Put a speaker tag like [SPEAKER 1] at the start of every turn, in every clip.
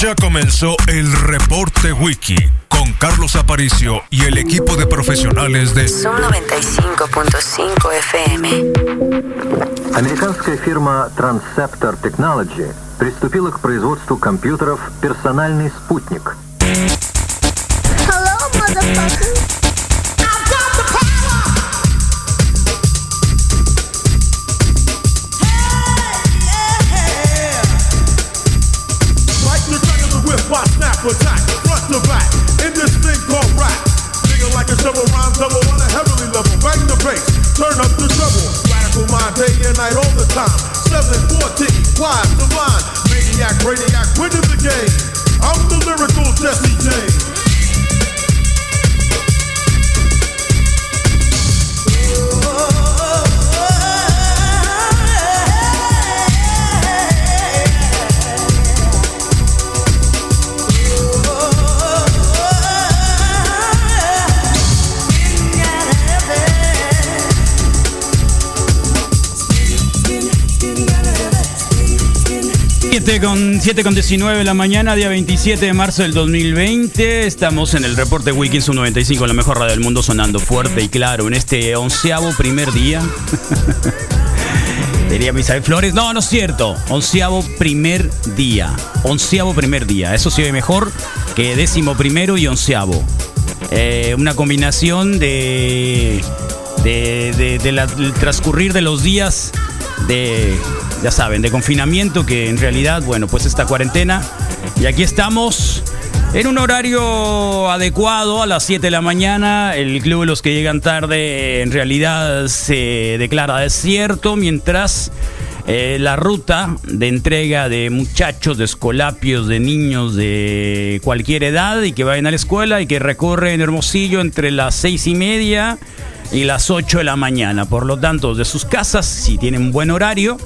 [SPEAKER 1] Ya comenzó el reporte wiki con Carlos Aparicio y el equipo de profesionales de
[SPEAKER 2] Son 95.5 FM.
[SPEAKER 3] Американская фирма Transceptor Technology приступила к производству компьютеров «Персональный спутник».
[SPEAKER 4] Hello, motherfucker. I've got the power. Hey, yeah.
[SPEAKER 5] Like the track of the whip, I snap attack, front to back, in this thing called rap. Nigga like a shovel, rhymes double on a heavenly level. Bang the bass, turn up the trouble. Radical mind, day and night, all the time. 714, quiet, divine. Maniac, radiac, winning the game. I'm the lyrical Jesse James.
[SPEAKER 6] Siete con, siete con 19 de la mañana, día 27 de marzo del 2020. Estamos en el reporte Wiki Sub 95, la mejor radio del mundo, sonando fuerte y claro en este onceavo primer día. Diría Misael Flores. No, no es cierto. Onceavo primer día. Onceavo primer día. Eso se ve mejor que décimo primero y onceavo. Eh, una combinación de. de, de- de la- del transcurrir de los días de. ya saben, de confinamiento, que en realidad, bueno, pues esta cuarentena. Y aquí estamos. En un horario adecuado, a las 7 de la mañana, el Club de los que llegan tarde en realidad se declara desierto, mientras eh, la ruta de entrega de muchachos, de escolapios, de niños de cualquier edad y que vayan a la escuela y que recorre en Hermosillo entre las 6 y media y las 8 de la mañana. Por lo tanto, de sus casas, si tienen buen horario,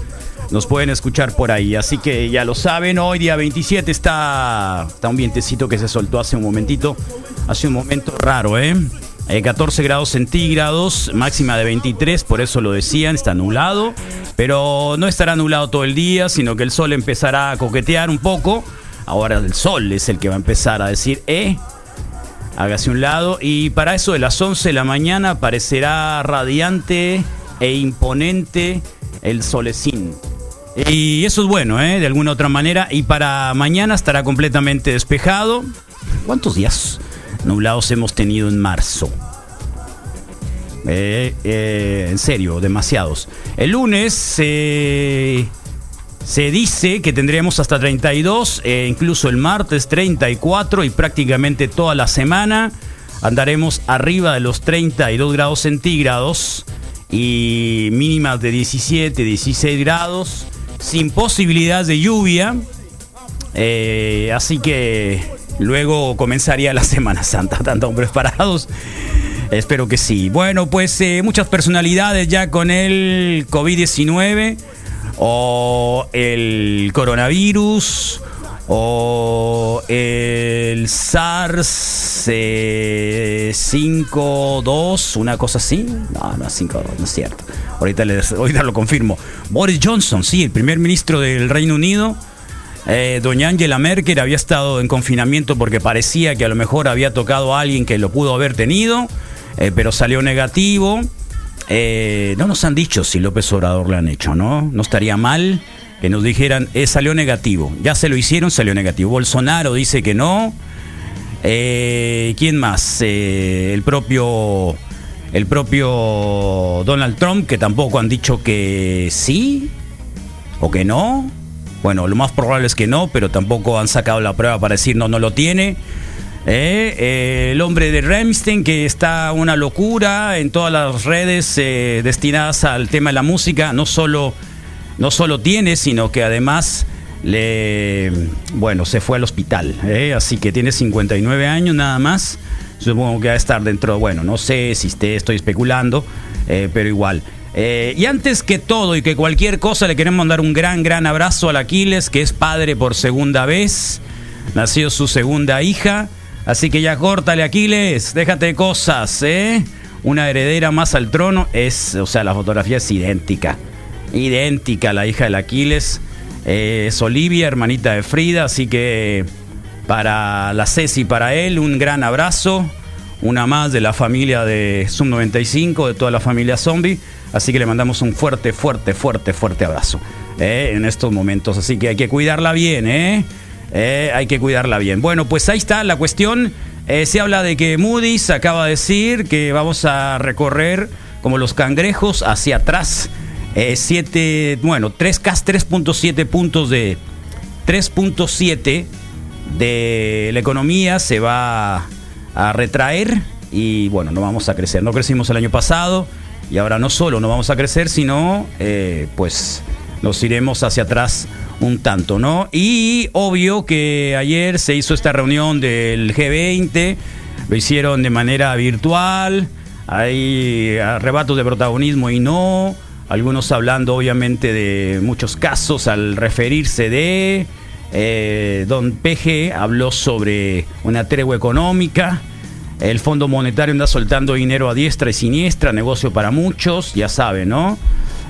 [SPEAKER 6] nos pueden escuchar por ahí. Así que ya lo saben, hoy día 27 está, está un vientecito que se soltó hace un momentito, hace un momento raro, ¿eh? Eh, 14 grados centígrados, máxima de 23, por eso lo decían, está nublado, pero no estará nublado todo el día, sino que el sol empezará a coquetear un poco. Ahora el sol es el que va a empezar a decir, eh, hágase un lado. Y para eso de las 11 de la mañana aparecerá radiante e imponente el solecín. Y eso es bueno, ¿eh? de alguna otra manera. Y para mañana estará completamente despejado. ¿Cuántos días nublados hemos tenido en marzo? Eh, eh, en serio, demasiados. El lunes eh, se dice que tendríamos hasta 32, eh, incluso el martes 34 y prácticamente toda la semana andaremos arriba de los 32 grados centígrados y mínimas de 17, 16 grados, sin posibilidad de lluvia. Eh, así que luego comenzaría la Semana Santa, tanto hombres parados. Espero que sí. Bueno, pues eh, muchas personalidades ya con el COVID-19 o el coronavirus o el SARS eh, 5-2, una cosa así. No, no, 5-2, no es cierto. Ahorita, les, ahorita lo confirmo. Boris Johnson, sí, el primer ministro del Reino Unido. Eh, doña Angela Merkel había estado en confinamiento porque parecía que a lo mejor había tocado a alguien que lo pudo haber tenido, eh, pero salió negativo. Eh, no nos han dicho si López Obrador lo han hecho, ¿no? No estaría mal que nos dijeran, eh, salió negativo. Ya se lo hicieron, salió negativo. Bolsonaro dice que no. Eh, ¿Quién más? Eh, el propio. El propio Donald Trump, que tampoco han dicho que sí o que no. Bueno, lo más probable es que no, pero tampoco han sacado la prueba para decir no, no lo tiene. Eh, eh, el hombre de Remstein, que está una locura en todas las redes eh, destinadas al tema de la música, no solo, no solo tiene, sino que además le, bueno, se fue al hospital. eh, así que tiene 59 años nada más. Supongo que va a estar dentro, bueno, no sé si esté, estoy especulando, eh, pero igual. Eh, y antes que todo y que cualquier cosa, le queremos mandar un gran, gran abrazo al Aquiles, que es padre por segunda vez. Nació su segunda hija. Así que ya córtale, Aquiles. Déjate de cosas, ¿eh? Una heredera más al trono es, o sea, la fotografía es idéntica. Idéntica a la hija del Aquiles. Eh, es Olivia, hermanita de Frida. Así que para la Ceci y para él, un gran abrazo. Una más de la familia de Zoom 95, de toda la familia zombie. Así que le mandamos un fuerte, fuerte, fuerte, fuerte abrazo ¿eh? en estos momentos. Así que hay que cuidarla bien, ¿eh? Eh, hay que cuidarla bien. Bueno, pues ahí está la cuestión. Eh, se habla de que Moody's acaba de decir que vamos a recorrer como los cangrejos hacia atrás. Eh, siete, bueno, 3, 3.7 puntos de 3.7 de la economía se va a retraer y bueno, no vamos a crecer. No crecimos el año pasado y ahora no solo no vamos a crecer, sino eh, pues nos iremos hacia atrás un tanto, ¿no? Y obvio que ayer se hizo esta reunión del G20, lo hicieron de manera virtual, hay eh, arrebatos de protagonismo y no, algunos hablando obviamente de muchos casos al referirse de... eh, don PG habló sobre una tregua económica, el Fondo Monetario anda soltando dinero a diestra y siniestra, negocio para muchos, ya saben, ¿no?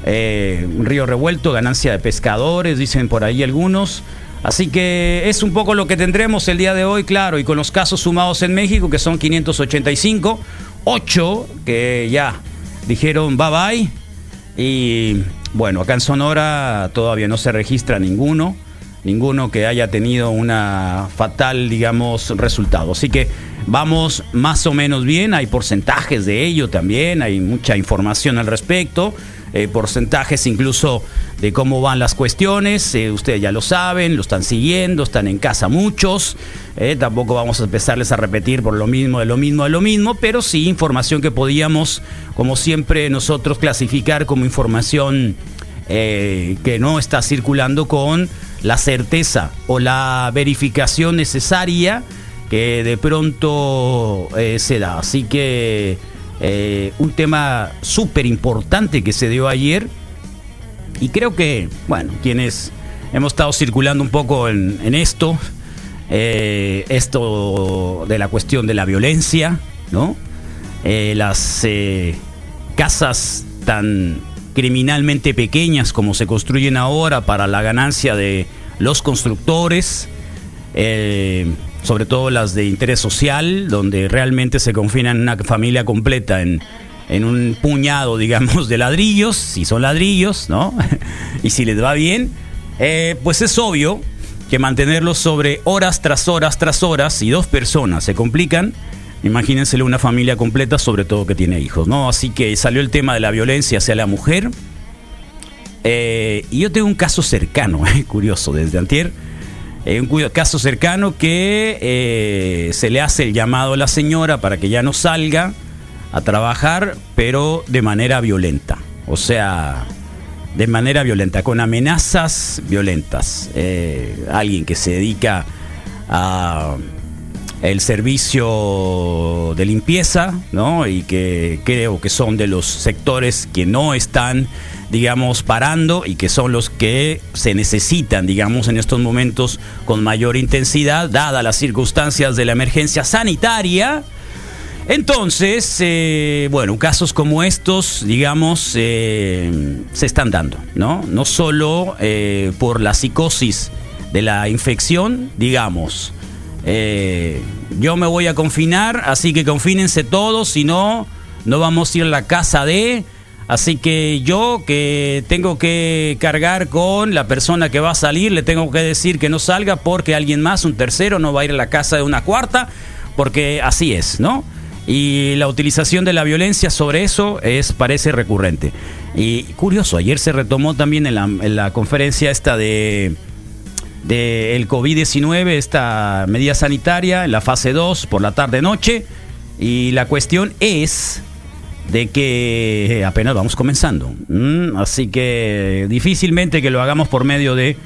[SPEAKER 6] Eh, un río revuelto, ganancia de pescadores, dicen por ahí algunos. Así que es un poco lo que tendremos el día de hoy, claro, y con los casos sumados en México, que son 585, 8 que ya dijeron bye bye. Y bueno, acá en Sonora todavía no se registra ninguno, ninguno que haya tenido una fatal, digamos, resultado. Así que vamos más o menos bien, hay porcentajes de ello también, hay mucha información al respecto, eh, porcentajes incluso de cómo van las cuestiones, eh, ustedes ya lo saben, lo están siguiendo, están en casa muchos, eh, tampoco vamos a empezarles a repetir por lo mismo, de lo mismo, de lo mismo, pero sí información que podíamos, como siempre, nosotros clasificar como información eh, que no está circulando con la certeza o la verificación necesaria que de pronto eh, se da. Así que eh, un tema súper importante que se dio ayer y creo que, bueno, quienes hemos estado circulando un poco en, en esto, eh, esto de la cuestión de la violencia, ¿no? Eh, las eh, casas tan criminalmente pequeñas como se construyen ahora para la ganancia de los constructores, eh, sobre todo las de interés social, donde realmente se confinan una familia completa en, en un puñado, digamos, de ladrillos, si son ladrillos, ¿no? y si les va bien, eh, pues es obvio que mantenerlos sobre horas tras horas tras horas, si dos personas se complican, imagínenselo una familia completa, sobre todo que tiene hijos, ¿no? Así que salió el tema de la violencia hacia la mujer. Eh, y yo tengo un caso cercano, eh, curioso, desde antier. Eh, un cuyo- caso cercano que eh, se le hace el llamado a la señora para que ya no salga a trabajar, pero de manera violenta. O sea, de manera violenta, con amenazas violentas. Eh, alguien que se dedica a el servicio de limpieza, ¿no? Y que creo que son de los sectores que no están, digamos, parando y que son los que se necesitan, digamos, en estos momentos con mayor intensidad, dadas las circunstancias de la emergencia sanitaria. Entonces, eh, bueno, casos como estos, digamos, eh, se están dando, ¿no? No solo eh, por la psicosis de la infección, digamos. eh, yo me voy a confinar, así que confínense todos, si no, no vamos a ir a la casa de. Así que yo que tengo que cargar con la persona que va a salir, le tengo que decir que no salga porque alguien más, un tercero, no va a ir a la casa de una cuarta. porque así es, ¿no? Y la utilización de la violencia sobre eso es parece recurrente. Y curioso, ayer se retomó también en la, en la conferencia esta de del COVID-19, esta medida sanitaria en la fase 2 por la tarde-noche. Y la cuestión es de que eh, apenas vamos comenzando. Mm, Así que difícilmente que lo hagamos por medio de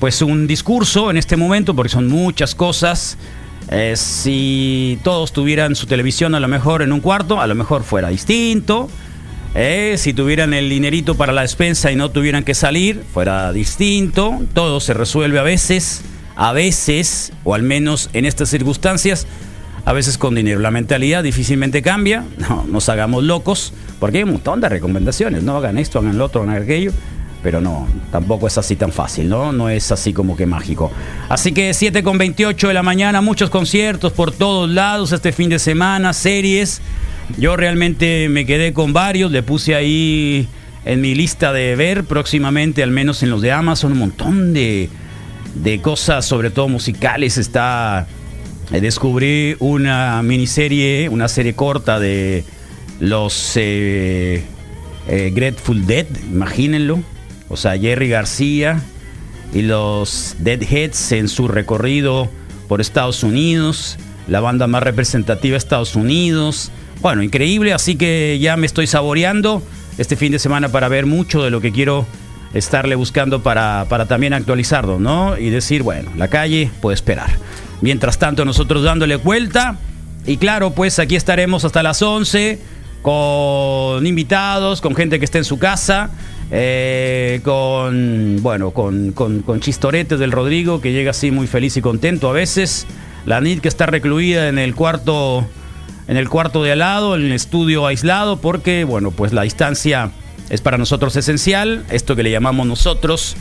[SPEAKER 6] pues un discurso en este momento, porque son muchas cosas. Eh, si todos tuvieran su televisión a lo mejor en un cuarto, a lo mejor fuera distinto. Eh, si tuvieran el dinerito para la despensa y no tuvieran que salir, fuera distinto. Todo se resuelve a veces, a veces, o al menos en estas circunstancias, a veces con dinero. La mentalidad difícilmente cambia, no nos hagamos locos, porque hay un montón de recomendaciones, no hagan esto, hagan lo otro, hagan aquello. Pero no, tampoco es así tan fácil, ¿no? No es así como que mágico. Así que 7 con 28 de la mañana, muchos conciertos por todos lados este fin de semana, series. Yo realmente me quedé con varios, le puse ahí en mi lista de ver próximamente, al menos en los de Amazon, un montón de, de cosas, sobre todo musicales. Está. eh, Descubrí una miniserie, una serie corta de los eh, eh, Grateful Dead, imagínenlo. O sea, Jerry García y los Deadheads en su recorrido por Estados Unidos, la banda más representativa de Estados Unidos. Bueno, increíble, así que ya me estoy saboreando este fin de semana para ver mucho de lo que quiero estarle buscando para, para también actualizarlo, ¿no? Y decir, bueno, la calle puede esperar. Mientras tanto, nosotros dándole vuelta. Y claro, pues aquí estaremos hasta las 11 con invitados, con gente que esté en su casa, eh, con, bueno, con, con, con chistoretes del Rodrigo, que llega así muy feliz y contento a veces. La NIT que está recluida en el cuarto en el cuarto de al lado, en el estudio aislado, porque, bueno, pues la distancia es para nosotros esencial. Esto que le llamamos nosotros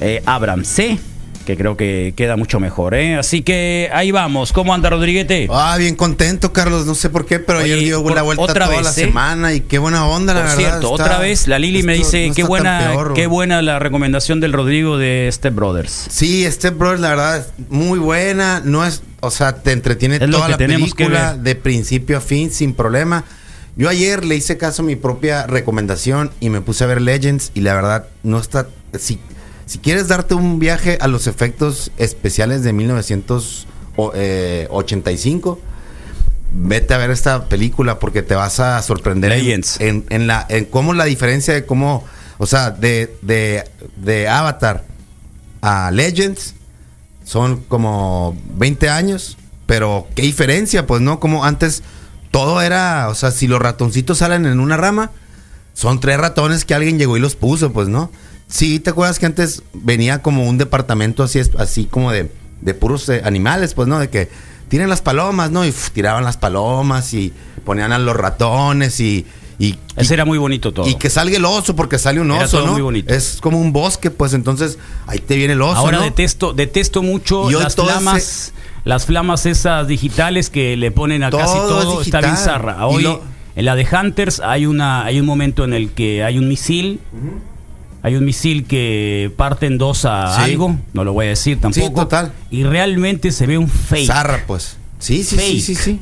[SPEAKER 6] eh, ábranse, que creo que queda mucho mejor, ¿eh? Así que ahí vamos. ¿Cómo anda, Rodriguete?
[SPEAKER 7] Ah, bien contento, Carlos. No sé por qué, pero
[SPEAKER 6] Oye,
[SPEAKER 7] ayer dio
[SPEAKER 6] por-
[SPEAKER 7] una vuelta
[SPEAKER 6] otra
[SPEAKER 7] toda
[SPEAKER 6] vez,
[SPEAKER 7] la
[SPEAKER 6] ¿eh?
[SPEAKER 7] semana y qué buena onda, la
[SPEAKER 6] Por
[SPEAKER 7] verdad.
[SPEAKER 6] cierto,
[SPEAKER 7] está-
[SPEAKER 6] otra vez la Lili me
[SPEAKER 7] esto
[SPEAKER 6] dice
[SPEAKER 7] no
[SPEAKER 6] qué
[SPEAKER 7] está
[SPEAKER 6] buena,
[SPEAKER 7] tan peor,
[SPEAKER 6] qué
[SPEAKER 7] güey".
[SPEAKER 6] buena la recomendación del Rodrigo de Step Brothers.
[SPEAKER 7] Sí, este brother, la verdad, es muy buena. No es, o sea, te entretiene
[SPEAKER 6] Es lo
[SPEAKER 7] toda
[SPEAKER 6] que
[SPEAKER 7] la
[SPEAKER 6] tenemos que
[SPEAKER 7] película
[SPEAKER 6] ver.
[SPEAKER 7] de principio a fin sin problema. Yo ayer le hice caso a mi propia recomendación y me puse a ver Legends y la verdad no está si si quieres darte un viaje a los efectos especiales de eh, 1985 Vete a ver esta película porque te vas a sorprender en-
[SPEAKER 6] Legends.
[SPEAKER 7] En, en la en cómo la diferencia de cómo, o sea, de, de, de Avatar a Legends son como 20 años, pero qué diferencia, pues no, como antes todo era, o sea, si los ratoncitos salen en una rama, son tres ratones que alguien llegó y los puso, pues no. Sí, ¿te acuerdas que antes venía como un departamento así, es- así como de, de puros eh, animales, pues no, de que tienen las palomas, ¿no? Y uf, tiraban las palomas y ponían a los ratones y... y- y-
[SPEAKER 6] Ese era muy bonito todo.
[SPEAKER 7] y que salga el oso, porque sale un
[SPEAKER 6] Era
[SPEAKER 7] oso,
[SPEAKER 6] todo
[SPEAKER 7] ¿no?
[SPEAKER 6] muy bonito.
[SPEAKER 7] Es como un bosque, pues entonces ahí te viene el oso.
[SPEAKER 6] Ahora
[SPEAKER 7] ¿no?
[SPEAKER 6] detesto, detesto mucho
[SPEAKER 7] Y hoy
[SPEAKER 6] las
[SPEAKER 7] todo
[SPEAKER 6] flamas,
[SPEAKER 7] se-
[SPEAKER 6] las flamas esas digitales que le ponen a casi
[SPEAKER 7] Todo es
[SPEAKER 6] todo, está bien
[SPEAKER 7] digital.
[SPEAKER 6] zarra.
[SPEAKER 7] Y
[SPEAKER 6] Hoy
[SPEAKER 7] lo-
[SPEAKER 6] en la de Hunters hay una, hay un momento en el que hay un misil, hay un misil que parte en dos a
[SPEAKER 7] Sí.
[SPEAKER 6] algo, no lo voy a decir tampoco.
[SPEAKER 7] total.
[SPEAKER 6] Y realmente se ve un fake.
[SPEAKER 7] Zarra, pues. Sí, sí,
[SPEAKER 6] Fake.
[SPEAKER 7] sí, sí, sí.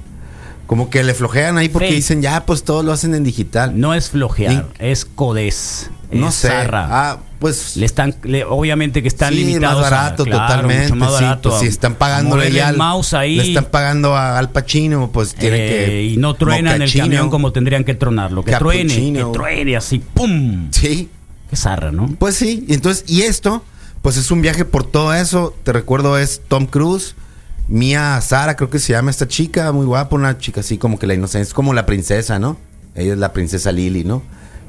[SPEAKER 7] Como que le flojean ahí porque
[SPEAKER 6] Fake.
[SPEAKER 7] dicen, ya, pues todo lo hacen en digital.
[SPEAKER 6] No es flojear,
[SPEAKER 7] Link.
[SPEAKER 6] es codez.
[SPEAKER 7] No
[SPEAKER 6] es
[SPEAKER 7] sé.
[SPEAKER 6] zarra.
[SPEAKER 7] Ah, pues.
[SPEAKER 6] Le están, le- obviamente que están
[SPEAKER 7] sí,
[SPEAKER 6] limitados.
[SPEAKER 7] más
[SPEAKER 6] a-
[SPEAKER 7] barato,
[SPEAKER 6] claro,
[SPEAKER 7] totalmente.
[SPEAKER 6] mucho más
[SPEAKER 7] sí,
[SPEAKER 6] barato
[SPEAKER 7] pues,
[SPEAKER 6] a
[SPEAKER 7] si están pagándole
[SPEAKER 6] moverle
[SPEAKER 7] ya
[SPEAKER 6] el
[SPEAKER 7] al-
[SPEAKER 6] mouse ahí.
[SPEAKER 7] Le están pagando a Al Pacino, pues tienen
[SPEAKER 6] Eh,
[SPEAKER 7] que.
[SPEAKER 6] y no truenan el
[SPEAKER 7] Mochaccino.
[SPEAKER 6] camión como tendrían que tronarlo. Que truene,
[SPEAKER 7] Cappuccino.
[SPEAKER 6] que truene así, ¡pum!
[SPEAKER 7] Sí.
[SPEAKER 6] Qué zarra, ¿no?
[SPEAKER 7] Pues sí, y entonces, y esto, pues es un viaje por todo eso. Te recuerdo, es Tom Cruise, Mia Sara, creo que se llama esta chica, muy guapa, una chica así como que la inocencia, es como la princesa, ¿no? Ella es la princesa Lily, ¿no?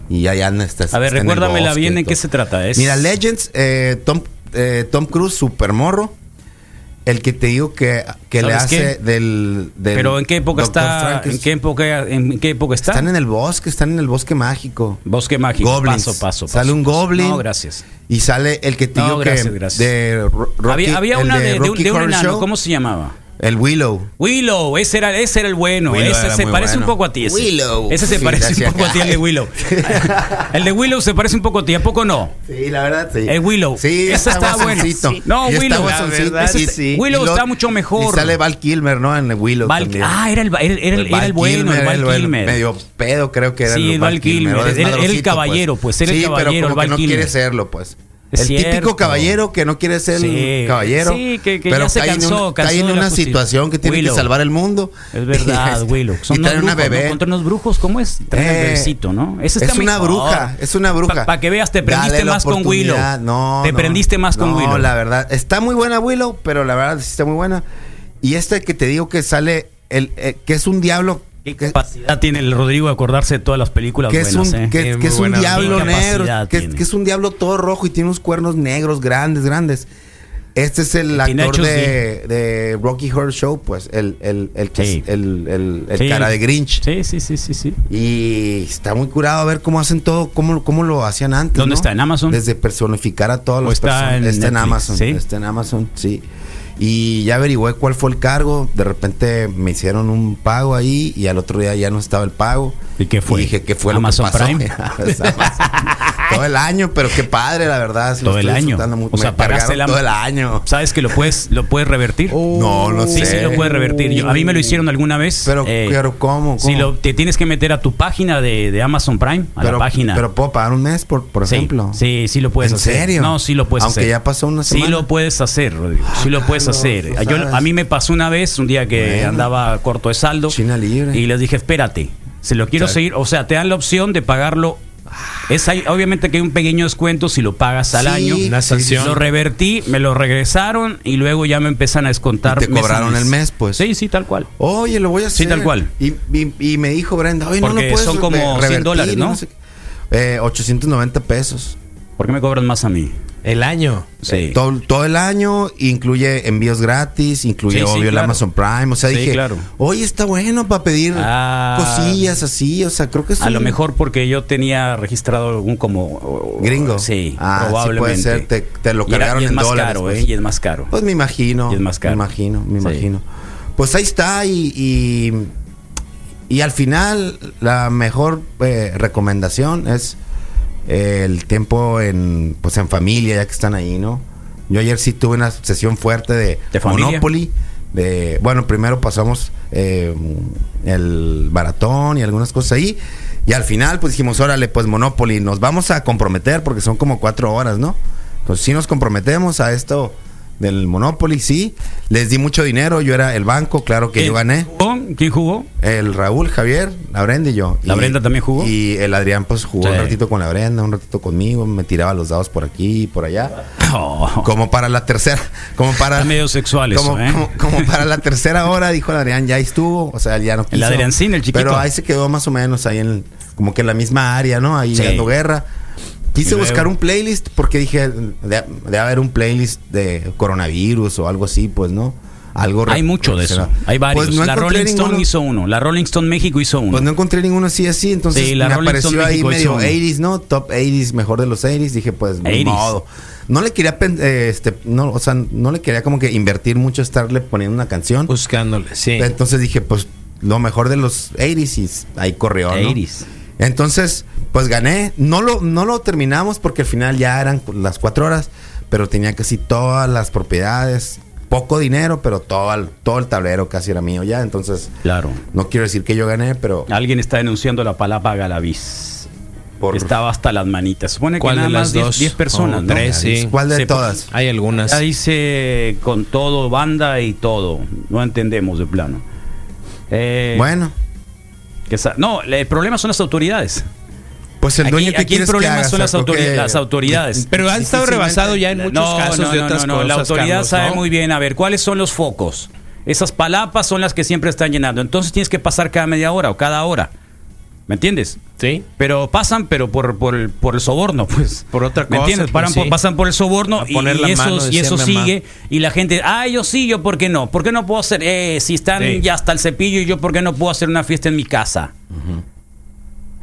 [SPEAKER 7] Y allá anda esta.
[SPEAKER 6] A ver, recuérdamela bien en qué se trata. Es
[SPEAKER 7] Mira, Legends, eh, Tom, eh, Tom Cruise, super morro. El que te digo que, que le
[SPEAKER 6] ¿Sabes
[SPEAKER 7] hace del, del.
[SPEAKER 6] Pero ¿en qué época
[SPEAKER 7] Dr.
[SPEAKER 6] está?
[SPEAKER 7] Frankenstein.
[SPEAKER 6] ¿En qué época, en qué época está?
[SPEAKER 7] Están en el bosque, están en el bosque mágico.
[SPEAKER 6] Bosque mágico.
[SPEAKER 7] Goblins.
[SPEAKER 6] Ah, Paso, paso, paso.
[SPEAKER 7] Sale un goblin.
[SPEAKER 6] No, gracias.
[SPEAKER 7] Y sale el que te
[SPEAKER 6] No,
[SPEAKER 7] digo
[SPEAKER 6] gracias,
[SPEAKER 7] que
[SPEAKER 6] gracias.
[SPEAKER 7] de Ro- Rocky-
[SPEAKER 6] había había
[SPEAKER 7] el
[SPEAKER 6] una de, de un,
[SPEAKER 7] Rocky
[SPEAKER 6] de un
[SPEAKER 7] Horror
[SPEAKER 6] enano,
[SPEAKER 7] Show.
[SPEAKER 6] ¿cómo se llamaba?
[SPEAKER 7] El Willow.
[SPEAKER 6] Willow, ese era, ese era el bueno.
[SPEAKER 7] Willow
[SPEAKER 6] ese
[SPEAKER 7] era
[SPEAKER 6] se
[SPEAKER 7] muy
[SPEAKER 6] parece un
[SPEAKER 7] bueno.
[SPEAKER 6] poco a ti. Ese.
[SPEAKER 7] Willow.
[SPEAKER 6] Ese se
[SPEAKER 7] Sí,
[SPEAKER 6] parece un
[SPEAKER 7] gracias.
[SPEAKER 6] poco a ti, el de Willow. el de Willow se parece un poco a ti, ¿a poco no?
[SPEAKER 7] Sí, la verdad, sí.
[SPEAKER 6] El Willow.
[SPEAKER 7] Sí,
[SPEAKER 6] Ese está bueno.
[SPEAKER 7] guasoncito.
[SPEAKER 6] Sí. No,
[SPEAKER 7] Y está
[SPEAKER 6] Willow.
[SPEAKER 7] guasoncito.
[SPEAKER 6] La verdad,
[SPEAKER 7] Y-
[SPEAKER 6] ese- Willow
[SPEAKER 7] y
[SPEAKER 6] está mucho mejor.
[SPEAKER 7] Y sale Val Kilmer, ¿no? En el Willow.
[SPEAKER 6] Val-
[SPEAKER 7] también.
[SPEAKER 6] ah, era el, era, el- era el- era el
[SPEAKER 7] Pues, Val
[SPEAKER 6] bueno, el
[SPEAKER 7] Kilmer,
[SPEAKER 6] Val
[SPEAKER 7] bueno,
[SPEAKER 6] Kilmer.
[SPEAKER 7] Medio pedo, creo que era
[SPEAKER 6] Sí, el Val Kilmer,
[SPEAKER 7] ahora es
[SPEAKER 6] era- era el
[SPEAKER 7] madrocito,
[SPEAKER 6] caballero, pues, era el
[SPEAKER 7] sí,
[SPEAKER 6] caballero,
[SPEAKER 7] pero
[SPEAKER 6] el
[SPEAKER 7] como
[SPEAKER 6] Val
[SPEAKER 7] que no
[SPEAKER 6] Kilmer.
[SPEAKER 7] quiere serlo, pues.
[SPEAKER 6] Es
[SPEAKER 7] el
[SPEAKER 6] cierto.
[SPEAKER 7] típico caballero que no quiere ser
[SPEAKER 6] Sí.
[SPEAKER 7] caballero.
[SPEAKER 6] Sí, que- que
[SPEAKER 7] pero
[SPEAKER 6] ya se
[SPEAKER 7] cae en un-
[SPEAKER 6] cansó, cansó
[SPEAKER 7] cae en
[SPEAKER 6] de la
[SPEAKER 7] una
[SPEAKER 6] justicia.
[SPEAKER 7] situación que tiene
[SPEAKER 6] Willow.
[SPEAKER 7] que salvar el mundo.
[SPEAKER 6] Es verdad, Willow. Son
[SPEAKER 7] y
[SPEAKER 6] unos
[SPEAKER 7] trae una
[SPEAKER 6] brujos, ¿no?
[SPEAKER 7] bebé.
[SPEAKER 6] Contra unos brujos, ¿cómo es? Traen
[SPEAKER 7] Eh,
[SPEAKER 6] el bebecito, ¿no? Ese
[SPEAKER 7] es una
[SPEAKER 6] mejor.
[SPEAKER 7] bruja, es una bruja.
[SPEAKER 6] Pa- pa' que veas, te prendiste
[SPEAKER 7] Dale la
[SPEAKER 6] más con Willow.
[SPEAKER 7] oportunidad. No,
[SPEAKER 6] Te
[SPEAKER 7] no.
[SPEAKER 6] prendiste más con
[SPEAKER 7] No,
[SPEAKER 6] Willow.
[SPEAKER 7] la verdad. Está muy buena Willow, pero la verdad sí está muy buena. Y este que te digo que sale, el, eh, que es un diablo.
[SPEAKER 6] Qué
[SPEAKER 7] que-
[SPEAKER 6] capacidad tiene el Rodrigo de acordarse de todas las películas
[SPEAKER 7] que es
[SPEAKER 6] buenas,
[SPEAKER 7] un,
[SPEAKER 6] ¿eh?
[SPEAKER 7] que-
[SPEAKER 8] Tiene
[SPEAKER 7] que
[SPEAKER 8] muy
[SPEAKER 7] es un
[SPEAKER 8] buena
[SPEAKER 7] diablo
[SPEAKER 6] habilidad.
[SPEAKER 7] negro,
[SPEAKER 6] Capacidad
[SPEAKER 7] que,
[SPEAKER 6] tiene.
[SPEAKER 7] que es un diablo todo rojo y tiene unos cuernos negros grandes, grandes. Este es el
[SPEAKER 6] Tiene
[SPEAKER 7] actor
[SPEAKER 6] hechos
[SPEAKER 7] de, de Rocky Horror Show, pues, el, el, el, que
[SPEAKER 6] Sí.
[SPEAKER 7] es- el, el- el
[SPEAKER 6] Sí.
[SPEAKER 7] cara de Grinch.
[SPEAKER 6] Sí, sí, sí, sí, sí.
[SPEAKER 7] Y está muy curado a ver cómo hacen todo, cómo, cómo lo hacían antes.
[SPEAKER 6] ¿Dónde
[SPEAKER 7] ¿no?
[SPEAKER 6] está? ¿En Amazon?
[SPEAKER 7] Desde personificar a todos
[SPEAKER 6] ¿O
[SPEAKER 7] los
[SPEAKER 6] está en
[SPEAKER 7] está en
[SPEAKER 6] Netflix?
[SPEAKER 7] Amazon.
[SPEAKER 6] ¿Sí?
[SPEAKER 7] Está en Amazon, sí. Y ya averigüé cuál fue el cargo. De repente me hicieron un pago ahí y al otro día ya no estaba el pago.
[SPEAKER 6] ¿Y qué fue?
[SPEAKER 7] dije, ¿qué fue
[SPEAKER 6] ¿Amazon
[SPEAKER 7] lo que pasó?
[SPEAKER 6] Prime?
[SPEAKER 7] Es Amazon. todo el año, pero qué padre, la verdad. sí lo
[SPEAKER 6] Todo el
[SPEAKER 7] estoy
[SPEAKER 6] año.
[SPEAKER 7] disfrutando mucho.
[SPEAKER 6] O
[SPEAKER 7] Me
[SPEAKER 6] sea, pagaste
[SPEAKER 7] cargaron
[SPEAKER 6] la-
[SPEAKER 7] todo el año.
[SPEAKER 6] ¿Sabes que lo puedes, lo puedes revertir?
[SPEAKER 7] no, no
[SPEAKER 6] Sí,
[SPEAKER 7] sé.
[SPEAKER 6] sí, lo puedes revertir. Yo- a mí me lo hicieron alguna vez. eh,
[SPEAKER 7] Pero, pero ¿cómo?
[SPEAKER 6] Si
[SPEAKER 7] ¿Cómo?
[SPEAKER 6] lo, te tienes que meter a tu página de, de Amazon Prime, a
[SPEAKER 7] pero,
[SPEAKER 6] la página.
[SPEAKER 7] pero puedo pagar un mes, por, por
[SPEAKER 6] Sí,
[SPEAKER 7] ejemplo.
[SPEAKER 6] Sí, sí lo puedes
[SPEAKER 7] ¿En
[SPEAKER 6] hacer.
[SPEAKER 7] serio?
[SPEAKER 6] No, sí lo puedes
[SPEAKER 7] Aunque
[SPEAKER 6] hacer.
[SPEAKER 7] ya pasó una
[SPEAKER 6] Sí
[SPEAKER 7] semana.
[SPEAKER 6] lo puedes hacer, Rodrigo. Sí lo puedes
[SPEAKER 7] Carlos,
[SPEAKER 6] hacer.
[SPEAKER 7] tú
[SPEAKER 6] Yo-
[SPEAKER 7] sabes.
[SPEAKER 6] a mí me pasó una vez, un día que
[SPEAKER 7] Bueno.
[SPEAKER 6] andaba corto de saldo.
[SPEAKER 7] China libre.
[SPEAKER 6] Y les dije, espérate, se lo quiero seguir. O sea, te dan la opción de pagarlo. Es ahí- obviamente que hay un pequeño descuento si lo pagas al
[SPEAKER 7] Sí,
[SPEAKER 6] año.
[SPEAKER 7] una
[SPEAKER 8] sanción.
[SPEAKER 6] Lo revertí, me lo regresaron y luego ya me empiezan a descontar.
[SPEAKER 7] Y te
[SPEAKER 6] mes a
[SPEAKER 7] cobraron el mes, pues.
[SPEAKER 6] Sí, sí, tal cual.
[SPEAKER 7] Oye, lo voy a hacer.
[SPEAKER 6] Sí, tal cual.
[SPEAKER 7] Y, y- y me dijo Brenda, oye, no
[SPEAKER 6] Porque
[SPEAKER 7] lo puedes
[SPEAKER 6] son como
[SPEAKER 7] re-
[SPEAKER 6] 100
[SPEAKER 7] revertir,
[SPEAKER 6] dólares, ¿no?
[SPEAKER 7] sé qué. Eh, 890 pesos. Eh,
[SPEAKER 6] ¿Por qué me cobran más a mí?
[SPEAKER 8] El año.
[SPEAKER 6] Sí.
[SPEAKER 7] Todo, todo el año incluye envíos gratis, incluye
[SPEAKER 6] Sí, sí,
[SPEAKER 7] obvio el
[SPEAKER 6] claro.
[SPEAKER 7] Amazon Prime. O sea,
[SPEAKER 6] Sí,
[SPEAKER 7] dije,
[SPEAKER 6] claro.
[SPEAKER 7] oye, está bueno para pedir
[SPEAKER 6] Ah.
[SPEAKER 7] cosillas así. O sea, creo que es
[SPEAKER 6] A lo
[SPEAKER 7] un-
[SPEAKER 6] mejor porque yo tenía registrado algún como
[SPEAKER 7] Gringo.
[SPEAKER 6] Sí,
[SPEAKER 7] Ah, sí
[SPEAKER 6] probablemente.
[SPEAKER 7] puede ser, te- te lo
[SPEAKER 6] Y era-
[SPEAKER 7] cargaron
[SPEAKER 6] y es
[SPEAKER 7] en
[SPEAKER 6] más
[SPEAKER 7] dólares,
[SPEAKER 6] caro,
[SPEAKER 7] pues.
[SPEAKER 6] eh, y es más caro.
[SPEAKER 7] Pues me imagino.
[SPEAKER 6] Y es más caro.
[SPEAKER 7] Me imagino, me
[SPEAKER 6] Sí.
[SPEAKER 7] imagino. Pues ahí está y, y, y al final la mejor eh, recomendación es eh, el tiempo en pues en familia ya que están ahí, ¿no? Yo ayer sí tuve una sesión fuerte de,
[SPEAKER 6] ¿De familia?
[SPEAKER 7] Monopoly. De, bueno, primero pasamos eh, el maratón y algunas cosas ahí. Y al final, pues dijimos, órale, pues Monopoly, nos vamos a comprometer porque son como cuatro horas, ¿no? Entonces, sí nos comprometemos a esto del Monopoly, sí. Les di mucho dinero, yo era el banco, claro que
[SPEAKER 6] ¿Quién
[SPEAKER 7] yo gané.
[SPEAKER 6] jugó? ¿Quién jugó?
[SPEAKER 7] El Raúl, Javier, la Brenda y yo.
[SPEAKER 6] ¿La
[SPEAKER 7] Y-
[SPEAKER 6] Brenda también jugó?
[SPEAKER 7] Y el Adrián pues jugó
[SPEAKER 6] Sí.
[SPEAKER 7] un ratito con la Brenda, un ratito conmigo, me tiraba los dados por aquí y por allá. Como para la tercera, como para...
[SPEAKER 6] Oh. Está medio sexual eso,
[SPEAKER 7] como,
[SPEAKER 6] ¿eh?
[SPEAKER 7] como- como para la tercera hora, dijo el Adrián, ya ahí estuvo, o sea, él ya no quiso.
[SPEAKER 6] Adriancín, el chiquito.
[SPEAKER 7] Pero ahí se quedó más o menos, ahí en, como que en la misma área, ¿no? Ahí
[SPEAKER 6] Sí.
[SPEAKER 7] dando guerra.
[SPEAKER 6] Y
[SPEAKER 7] Quise
[SPEAKER 6] luego-
[SPEAKER 7] buscar un playlist porque dije, de- debe haber un playlist de coronavirus o algo así, pues, ¿no? Algo
[SPEAKER 6] Hay mucho de eso. Hay varios.
[SPEAKER 7] Pues no
[SPEAKER 6] la
[SPEAKER 7] encontré
[SPEAKER 6] Rolling Stone
[SPEAKER 7] ninguno.
[SPEAKER 6] hizo uno. La Rolling Stone México hizo uno.
[SPEAKER 7] Pues no encontré ninguno así así, entonces
[SPEAKER 6] Sí, la
[SPEAKER 7] me
[SPEAKER 6] Rolling Stone
[SPEAKER 7] apareció ahí
[SPEAKER 6] México hizo
[SPEAKER 7] medio
[SPEAKER 6] uno.
[SPEAKER 7] 80s, ¿no? Top 80s, mejor de los 80s, dije, pues ni
[SPEAKER 6] 80s.
[SPEAKER 7] modo. No le quería pen- eh, este no, o sea, no le quería como que invertir mucho estarle poniendo una canción.
[SPEAKER 6] Pues,
[SPEAKER 8] Buscándole, sí.
[SPEAKER 7] Entonces dije, pues lo mejor de los 80s y s- ahí corrió, ¿no?
[SPEAKER 6] 80s.
[SPEAKER 7] Entonces, pues gané. No lo, no lo terminamos porque al final ya eran las cuatro horas, pero tenía casi todas las propiedades. Poco dinero, pero todo el, todo el tablero casi era mío ya. Entonces,
[SPEAKER 6] Claro.
[SPEAKER 7] no quiero decir que yo gané, pero
[SPEAKER 6] Alguien está denunciando la palabra Galavis.
[SPEAKER 7] por
[SPEAKER 6] Estaba hasta las manitas. Supone que
[SPEAKER 8] ¿Cuál
[SPEAKER 6] nada
[SPEAKER 8] de las
[SPEAKER 6] más 10
[SPEAKER 8] dos?
[SPEAKER 6] 10 personas,
[SPEAKER 8] O
[SPEAKER 6] ¿no?
[SPEAKER 8] tres, sí.
[SPEAKER 7] ¿Cuál de
[SPEAKER 6] Se-
[SPEAKER 7] todas?
[SPEAKER 8] Hay algunas.
[SPEAKER 6] Ya dice con todo, banda y todo. No entendemos de plano. Eh,
[SPEAKER 7] Bueno,
[SPEAKER 6] que sa- no, le- el problema son las autoridades.
[SPEAKER 7] pues el
[SPEAKER 6] Aquí-
[SPEAKER 7] dueño que
[SPEAKER 6] aquí el
[SPEAKER 7] quieres que
[SPEAKER 6] problema
[SPEAKER 7] haga,
[SPEAKER 6] son las,
[SPEAKER 7] o sea, creo
[SPEAKER 6] autori-
[SPEAKER 7] que-
[SPEAKER 6] las autoridades.
[SPEAKER 8] Pero han estado rebasado ya en muchos casos de otras cosas.
[SPEAKER 6] La autoridad
[SPEAKER 8] Carlos,
[SPEAKER 6] sabe
[SPEAKER 8] ¿no?
[SPEAKER 6] muy bien, a ver, ¿cuáles son los focos? Esas palapas son las que siempre están llenando. Entonces tienes que pasar cada media hora o cada hora. ¿Me entiendes?
[SPEAKER 8] Sí.
[SPEAKER 6] Pero pasan, pero por, por, el- por el soborno, pues.
[SPEAKER 8] Por otra
[SPEAKER 6] ¿Me
[SPEAKER 8] cosa,
[SPEAKER 6] entiendes?
[SPEAKER 8] pues,
[SPEAKER 6] Paran por-
[SPEAKER 8] sí.
[SPEAKER 6] pasan por el soborno
[SPEAKER 8] A
[SPEAKER 6] y,
[SPEAKER 8] poner la
[SPEAKER 6] y
[SPEAKER 8] mano,
[SPEAKER 6] eso, y
[SPEAKER 8] decía
[SPEAKER 6] eso
[SPEAKER 8] mi mamá.
[SPEAKER 6] sigue. Y la gente, ah, yo sí, yo por qué no. ¿Por qué no puedo hacer? Eh, si están
[SPEAKER 8] Sí.
[SPEAKER 6] ya hasta el cepillo, yo por qué no puedo hacer una fiesta en mi casa.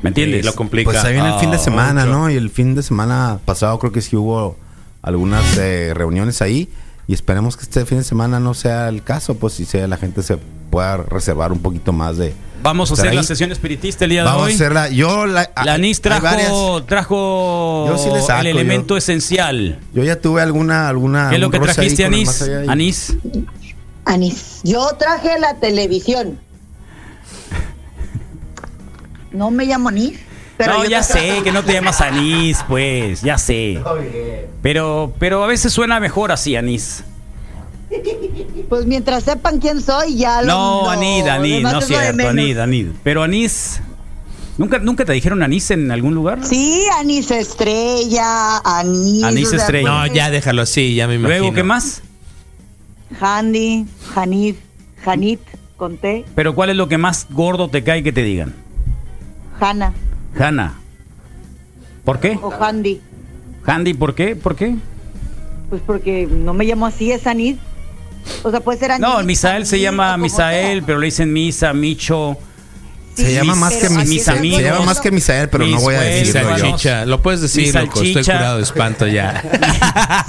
[SPEAKER 6] ¿Me entiendes?
[SPEAKER 8] Sí, lo complica.
[SPEAKER 7] Pues ahí viene el fin de
[SPEAKER 8] Ah,
[SPEAKER 7] semana,
[SPEAKER 8] mucho.
[SPEAKER 7] ¿no? Y el fin de semana pasado creo que sí hubo algunas eh, reuniones ahí. Y esperemos que este fin de semana no sea el caso, pues si sea la gente se pueda reservar un poquito más de.
[SPEAKER 6] Vamos a
[SPEAKER 7] estar
[SPEAKER 6] hacer
[SPEAKER 7] ahí.
[SPEAKER 6] la sesión espiritista el día de
[SPEAKER 7] Vamos
[SPEAKER 6] hoy.
[SPEAKER 7] a hacerla. Yo la.
[SPEAKER 6] La
[SPEAKER 7] Ah, hay-
[SPEAKER 6] NIS
[SPEAKER 7] hay varias-
[SPEAKER 6] trajo, trajo
[SPEAKER 7] Yo sí le saco,
[SPEAKER 6] el
[SPEAKER 7] yo.
[SPEAKER 6] elemento esencial.
[SPEAKER 7] Yo ya tuve alguna. alguna
[SPEAKER 6] ¿Qué es lo
[SPEAKER 7] un
[SPEAKER 6] que
[SPEAKER 7] roce ahí
[SPEAKER 6] trajiste,
[SPEAKER 7] con el
[SPEAKER 6] Anís?
[SPEAKER 7] más allá y-
[SPEAKER 6] Anís.
[SPEAKER 9] Anís. Yo traje la televisión. No me llamo Anís. pero
[SPEAKER 6] No,
[SPEAKER 9] yo
[SPEAKER 6] ya
[SPEAKER 9] traje-
[SPEAKER 6] sé que no te llamas Anís, pues, ya sé. Pero, pero a veces suena mejor así, Anís.
[SPEAKER 9] Pues mientras sepan quién soy, ya lo.
[SPEAKER 6] No, Anid, Anid,
[SPEAKER 9] demás
[SPEAKER 6] no es
[SPEAKER 9] es lo de
[SPEAKER 6] cierto,
[SPEAKER 9] menos.
[SPEAKER 6] Anid, Anid. Pero Anís, ¿nunca, ¿nunca te dijeron Anís en algún lugar?
[SPEAKER 9] Sí, Anís Estrella, Anís. pues,
[SPEAKER 6] Anís Estrella.
[SPEAKER 8] No, ya déjalo así, ya me imagino.
[SPEAKER 6] Luego, ¿qué más?
[SPEAKER 9] Handy, Janid, Janit, conté,
[SPEAKER 6] Pero ¿cuál es lo que más gordo te cae que te digan?
[SPEAKER 9] Hanna
[SPEAKER 6] Hanna. ¿Por qué?
[SPEAKER 9] o Handy.
[SPEAKER 6] Handy, ¿por qué? ¿Por qué?
[SPEAKER 9] Pues porque no me llamo así, es Anid. O sea, puede ser Anid.
[SPEAKER 6] No, Misael se
[SPEAKER 9] Anid, o
[SPEAKER 6] llama
[SPEAKER 9] como
[SPEAKER 6] Misael,
[SPEAKER 9] sea.
[SPEAKER 6] pero le dicen Misa, Micho.
[SPEAKER 7] Se
[SPEAKER 9] Sí,
[SPEAKER 7] llama más
[SPEAKER 9] pero
[SPEAKER 7] que
[SPEAKER 9] así
[SPEAKER 6] mis
[SPEAKER 9] es el
[SPEAKER 6] amigos.
[SPEAKER 7] Se llama
[SPEAKER 9] mundo.
[SPEAKER 7] más que Misael, Eh, pero
[SPEAKER 6] Mis
[SPEAKER 7] no voy a
[SPEAKER 8] Mi
[SPEAKER 6] güeyes,
[SPEAKER 7] decirlo yo.
[SPEAKER 6] Carlos.
[SPEAKER 8] salchicha. Lo puedes
[SPEAKER 6] Mi
[SPEAKER 8] decir, loco. Estoy
[SPEAKER 6] salchicha.
[SPEAKER 8] curado de espanto ya.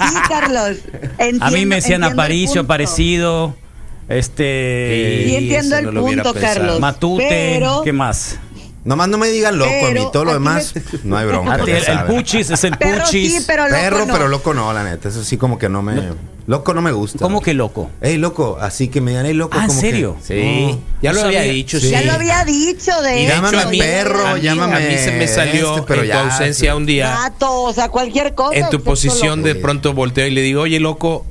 [SPEAKER 9] Sí, Carlos.
[SPEAKER 6] A mí
[SPEAKER 9] entiendo-
[SPEAKER 6] me decían
[SPEAKER 9] entiendo el
[SPEAKER 6] Aparicio,
[SPEAKER 9] punto.
[SPEAKER 6] Aparecido,
[SPEAKER 9] Sí,
[SPEAKER 6] este,
[SPEAKER 8] Sí,
[SPEAKER 9] entiendo
[SPEAKER 8] eso
[SPEAKER 9] el
[SPEAKER 8] no lo hubiera
[SPEAKER 9] punto,
[SPEAKER 8] pensado.
[SPEAKER 9] Carlos.
[SPEAKER 6] Matute,
[SPEAKER 9] pero
[SPEAKER 6] ¿qué más?
[SPEAKER 7] Nomás no me digan loco a mí.
[SPEAKER 9] Pero
[SPEAKER 7] Todo lo
[SPEAKER 9] aquí
[SPEAKER 7] demás,
[SPEAKER 9] les-
[SPEAKER 7] no hay bronca.
[SPEAKER 6] el,
[SPEAKER 7] ya
[SPEAKER 6] el
[SPEAKER 7] saben.
[SPEAKER 6] Puchis es el
[SPEAKER 9] Perro sí,
[SPEAKER 6] Puchis.
[SPEAKER 9] pero loco
[SPEAKER 7] Perro,
[SPEAKER 9] no.
[SPEAKER 7] pero loco no, la neta. Eso sí, como que no me. Loco no me gusta.
[SPEAKER 6] ¿Cómo que loco?
[SPEAKER 7] Ey, loco, así que me digan, ey, loco.
[SPEAKER 6] Ah, ¿en
[SPEAKER 7] como que-
[SPEAKER 6] serio?
[SPEAKER 7] sí.
[SPEAKER 8] Ya
[SPEAKER 6] No
[SPEAKER 8] lo había
[SPEAKER 6] sabía.
[SPEAKER 8] dicho,
[SPEAKER 7] Sí.
[SPEAKER 8] sí.
[SPEAKER 9] Ya lo había dicho, de
[SPEAKER 8] Y de
[SPEAKER 9] hecho.
[SPEAKER 7] Llámame
[SPEAKER 8] hecho, a mí-
[SPEAKER 7] perro,
[SPEAKER 8] a mí-
[SPEAKER 7] llámame
[SPEAKER 8] A mí se me salió
[SPEAKER 7] este, pero
[SPEAKER 8] en tu
[SPEAKER 7] ya,
[SPEAKER 8] ausencia un día.
[SPEAKER 9] Gato, o sea, cualquier cosa.
[SPEAKER 8] En tu
[SPEAKER 9] excepto
[SPEAKER 8] posición
[SPEAKER 9] loco.
[SPEAKER 8] de pronto volteo y le digo, oye, loco.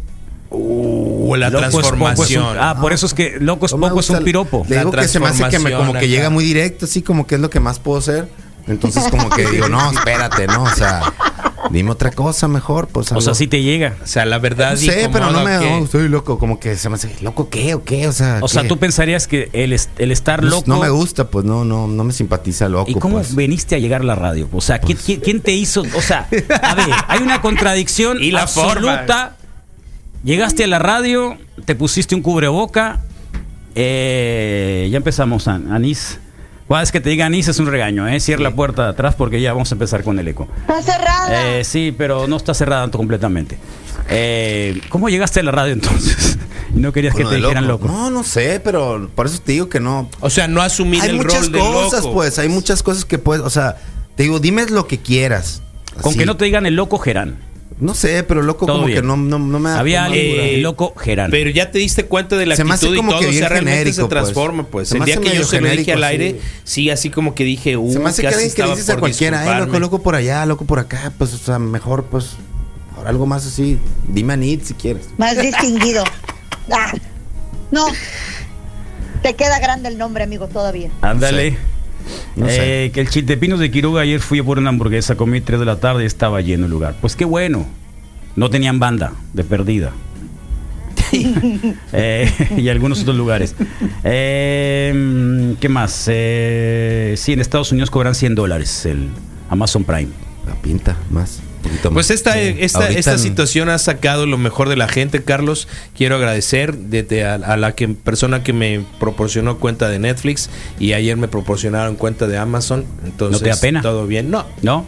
[SPEAKER 8] Uh, la
[SPEAKER 6] Loco es poco, es un-
[SPEAKER 8] transformación.
[SPEAKER 6] ah, por eso es que loco es
[SPEAKER 7] No me
[SPEAKER 6] poco es
[SPEAKER 7] gusta
[SPEAKER 6] un
[SPEAKER 7] el-
[SPEAKER 6] piropo.
[SPEAKER 7] Le
[SPEAKER 8] La
[SPEAKER 7] digo que se me hace que me, como
[SPEAKER 8] transformación
[SPEAKER 7] que llega
[SPEAKER 8] acá.
[SPEAKER 7] muy directo, así como que es lo que más puedo ser. Entonces, como que digo, no, espérate, no, o sea, dime otra cosa mejor, pues.
[SPEAKER 6] O sea,
[SPEAKER 7] algo-
[SPEAKER 6] sí te llega.
[SPEAKER 8] o sea, la verdad.
[SPEAKER 7] No sé, pero no me.
[SPEAKER 8] incomoda que-
[SPEAKER 7] no, estoy loco, como que se me hace, ¿loco qué o qué? O sea,
[SPEAKER 6] O sea,
[SPEAKER 7] ¿qué?
[SPEAKER 6] tú pensarías que el, est- el estar
[SPEAKER 7] No-
[SPEAKER 6] loco.
[SPEAKER 7] No me gusta, pues no, no, no me simpatiza loco.
[SPEAKER 6] ¿Y cómo
[SPEAKER 7] pues.
[SPEAKER 6] veniste a llegar a la radio? O sea, ¿quién, quién- quién te hizo? O sea, a ver, hay una contradicción
[SPEAKER 8] Y la
[SPEAKER 6] absoluta. Llegaste a la radio, te pusiste un cubreboca. eh, ya empezamos, An- Anís. Cada vez que te diga Anís es un regaño, ¿eh? Cierra la puerta de atrás porque ya vamos a empezar con el eco.
[SPEAKER 9] Está cerrada.
[SPEAKER 6] Eh, sí, pero no está cerrada completamente. Eh, ¿Cómo llegaste a la radio entonces? Y no querías
[SPEAKER 7] Con lo
[SPEAKER 6] que te
[SPEAKER 7] de
[SPEAKER 6] dijeran loco.
[SPEAKER 7] No, no sé, pero por eso te digo que no.
[SPEAKER 8] O sea, no asumir
[SPEAKER 7] hay
[SPEAKER 8] el
[SPEAKER 7] muchas
[SPEAKER 8] rol de
[SPEAKER 7] cosas,
[SPEAKER 8] loco.
[SPEAKER 7] pues, hay muchas cosas que puedes, o sea, te digo, dime lo que quieras.
[SPEAKER 6] Con
[SPEAKER 7] Así.
[SPEAKER 6] que no te digan el loco Gerán.
[SPEAKER 7] No sé, pero loco,
[SPEAKER 6] Todo
[SPEAKER 7] como
[SPEAKER 6] bien.
[SPEAKER 7] que no, no, no me da.
[SPEAKER 6] Había
[SPEAKER 7] no me
[SPEAKER 6] alguien,
[SPEAKER 7] da-
[SPEAKER 8] Eh,
[SPEAKER 6] el loco Gerán.
[SPEAKER 8] Pero ya te diste cuenta de la
[SPEAKER 7] Se me hace
[SPEAKER 8] actitud y
[SPEAKER 7] como
[SPEAKER 8] todo,
[SPEAKER 7] que
[SPEAKER 8] o sea,
[SPEAKER 7] bien
[SPEAKER 8] realmente se
[SPEAKER 7] genérico, pues.
[SPEAKER 8] transforma, pues.
[SPEAKER 7] Se me
[SPEAKER 8] El día
[SPEAKER 7] hace
[SPEAKER 8] que yo
[SPEAKER 7] medio
[SPEAKER 8] se lo dije al
[SPEAKER 7] genérico,
[SPEAKER 8] aire,
[SPEAKER 7] sí.
[SPEAKER 8] sí, así como que dije, uh,
[SPEAKER 7] se me hace que
[SPEAKER 8] casi
[SPEAKER 7] alguien que le
[SPEAKER 8] estaba
[SPEAKER 7] dices a
[SPEAKER 8] por
[SPEAKER 7] cualquiera, ¿eh, "Ey, loco,
[SPEAKER 8] disculparme".
[SPEAKER 7] loco por allá, loco por acá, pues, o sea, mejor, pues, por algo más así. Dime a Nid si quieres.
[SPEAKER 9] Más distinguido. Ah, no. Te queda grande el nombre, amigo, todavía.
[SPEAKER 6] Ándale.
[SPEAKER 7] No sé.
[SPEAKER 6] Eh, que el Chiltepinos de Quiroga ayer fui a por una hamburguesa, comí 3 de la tarde y estaba lleno el lugar. Pues qué bueno. No tenían banda de perdida. Eh, y algunos otros lugares. Eh, ¿Qué más? Eh, sí, en Estados Unidos cobran 100 dólares el Amazon Prime.
[SPEAKER 7] La pinta más. un poquito
[SPEAKER 8] Pues
[SPEAKER 7] más.
[SPEAKER 8] esta,
[SPEAKER 7] Sí.
[SPEAKER 8] esta,
[SPEAKER 7] Ahorita
[SPEAKER 8] esta
[SPEAKER 7] en-
[SPEAKER 8] situación ha sacado lo mejor de la gente, Carlos. Quiero agradecer desde a, a la que, persona que me proporcionó cuenta de Netflix y ayer me proporcionaron cuenta de Amazon. Entonces,
[SPEAKER 6] ¿No te da pena?
[SPEAKER 8] todo bien. No,
[SPEAKER 6] ¿No?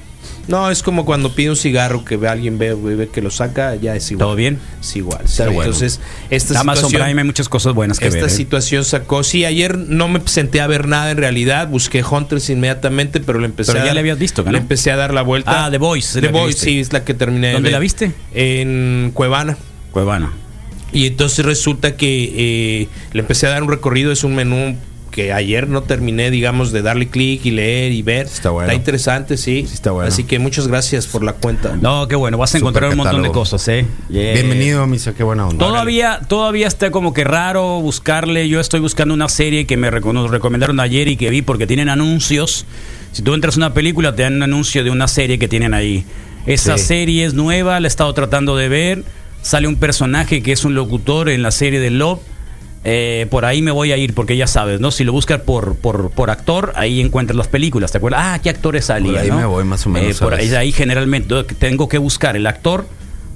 [SPEAKER 8] no, es como cuando pide un cigarro que ve, alguien ve, ve ve que lo saca, ya es igual.
[SPEAKER 6] ¿Todo bien?
[SPEAKER 8] Es igual. sí.
[SPEAKER 7] Está bueno.
[SPEAKER 8] Entonces, esta
[SPEAKER 6] Amazon
[SPEAKER 8] situación-
[SPEAKER 6] Prime hay muchas cosas buenas que
[SPEAKER 8] esta
[SPEAKER 6] ver. ¿eh?
[SPEAKER 8] situación sacó. Sí, ayer no me senté a ver nada en realidad. Busqué Hunters inmediatamente, pero le empecé
[SPEAKER 6] Pero
[SPEAKER 8] a
[SPEAKER 6] ya
[SPEAKER 8] dar-
[SPEAKER 6] le habías visto, ¿no?
[SPEAKER 8] Le empecé a dar la vuelta.
[SPEAKER 6] Ah, The Voice,
[SPEAKER 8] The
[SPEAKER 6] la que
[SPEAKER 8] Voice,
[SPEAKER 6] viste.
[SPEAKER 8] sí, es la que terminé. de
[SPEAKER 6] ¿Dónde
[SPEAKER 8] ver.
[SPEAKER 6] la viste?
[SPEAKER 8] En Cuevana.
[SPEAKER 6] Cuevana.
[SPEAKER 8] Y entonces resulta que eh, le empecé a dar un recorrido, es un menú que ayer no terminé, digamos, de darle clic y leer y ver.
[SPEAKER 7] Está bueno.
[SPEAKER 8] interesante, sí.
[SPEAKER 7] Sí, está bueno.
[SPEAKER 8] Así que muchas gracias por la cuenta.
[SPEAKER 6] No, qué bueno. Vas a encontrar un montón de
[SPEAKER 7] catálogo.
[SPEAKER 6] cosas, ¿eh? Yeah.
[SPEAKER 7] Bienvenido, misa, qué buena onda.
[SPEAKER 6] Todavía, todavía está como que raro buscarle. Yo estoy buscando una serie que me recono- recomendaron ayer y que vi porque tienen anuncios. Si tú entras a una película, te dan un anuncio de una serie que tienen ahí. Esa
[SPEAKER 7] Sí.
[SPEAKER 6] serie es nueva, la he estado tratando de ver. Sale un personaje que es un locutor en la serie de Love. Eh, por ahí me voy a ir porque ya sabes, ¿no? Si lo buscas por, por, por actor, ahí encuentras las películas, ¿te acuerdas? Ah, ¿qué actores salían?
[SPEAKER 7] ahí
[SPEAKER 6] ¿no? Eh,
[SPEAKER 7] me voy, más o menos,
[SPEAKER 6] por ahí,
[SPEAKER 7] ¿sabes?
[SPEAKER 6] ahí generalmente ¿no? tengo que buscar el actor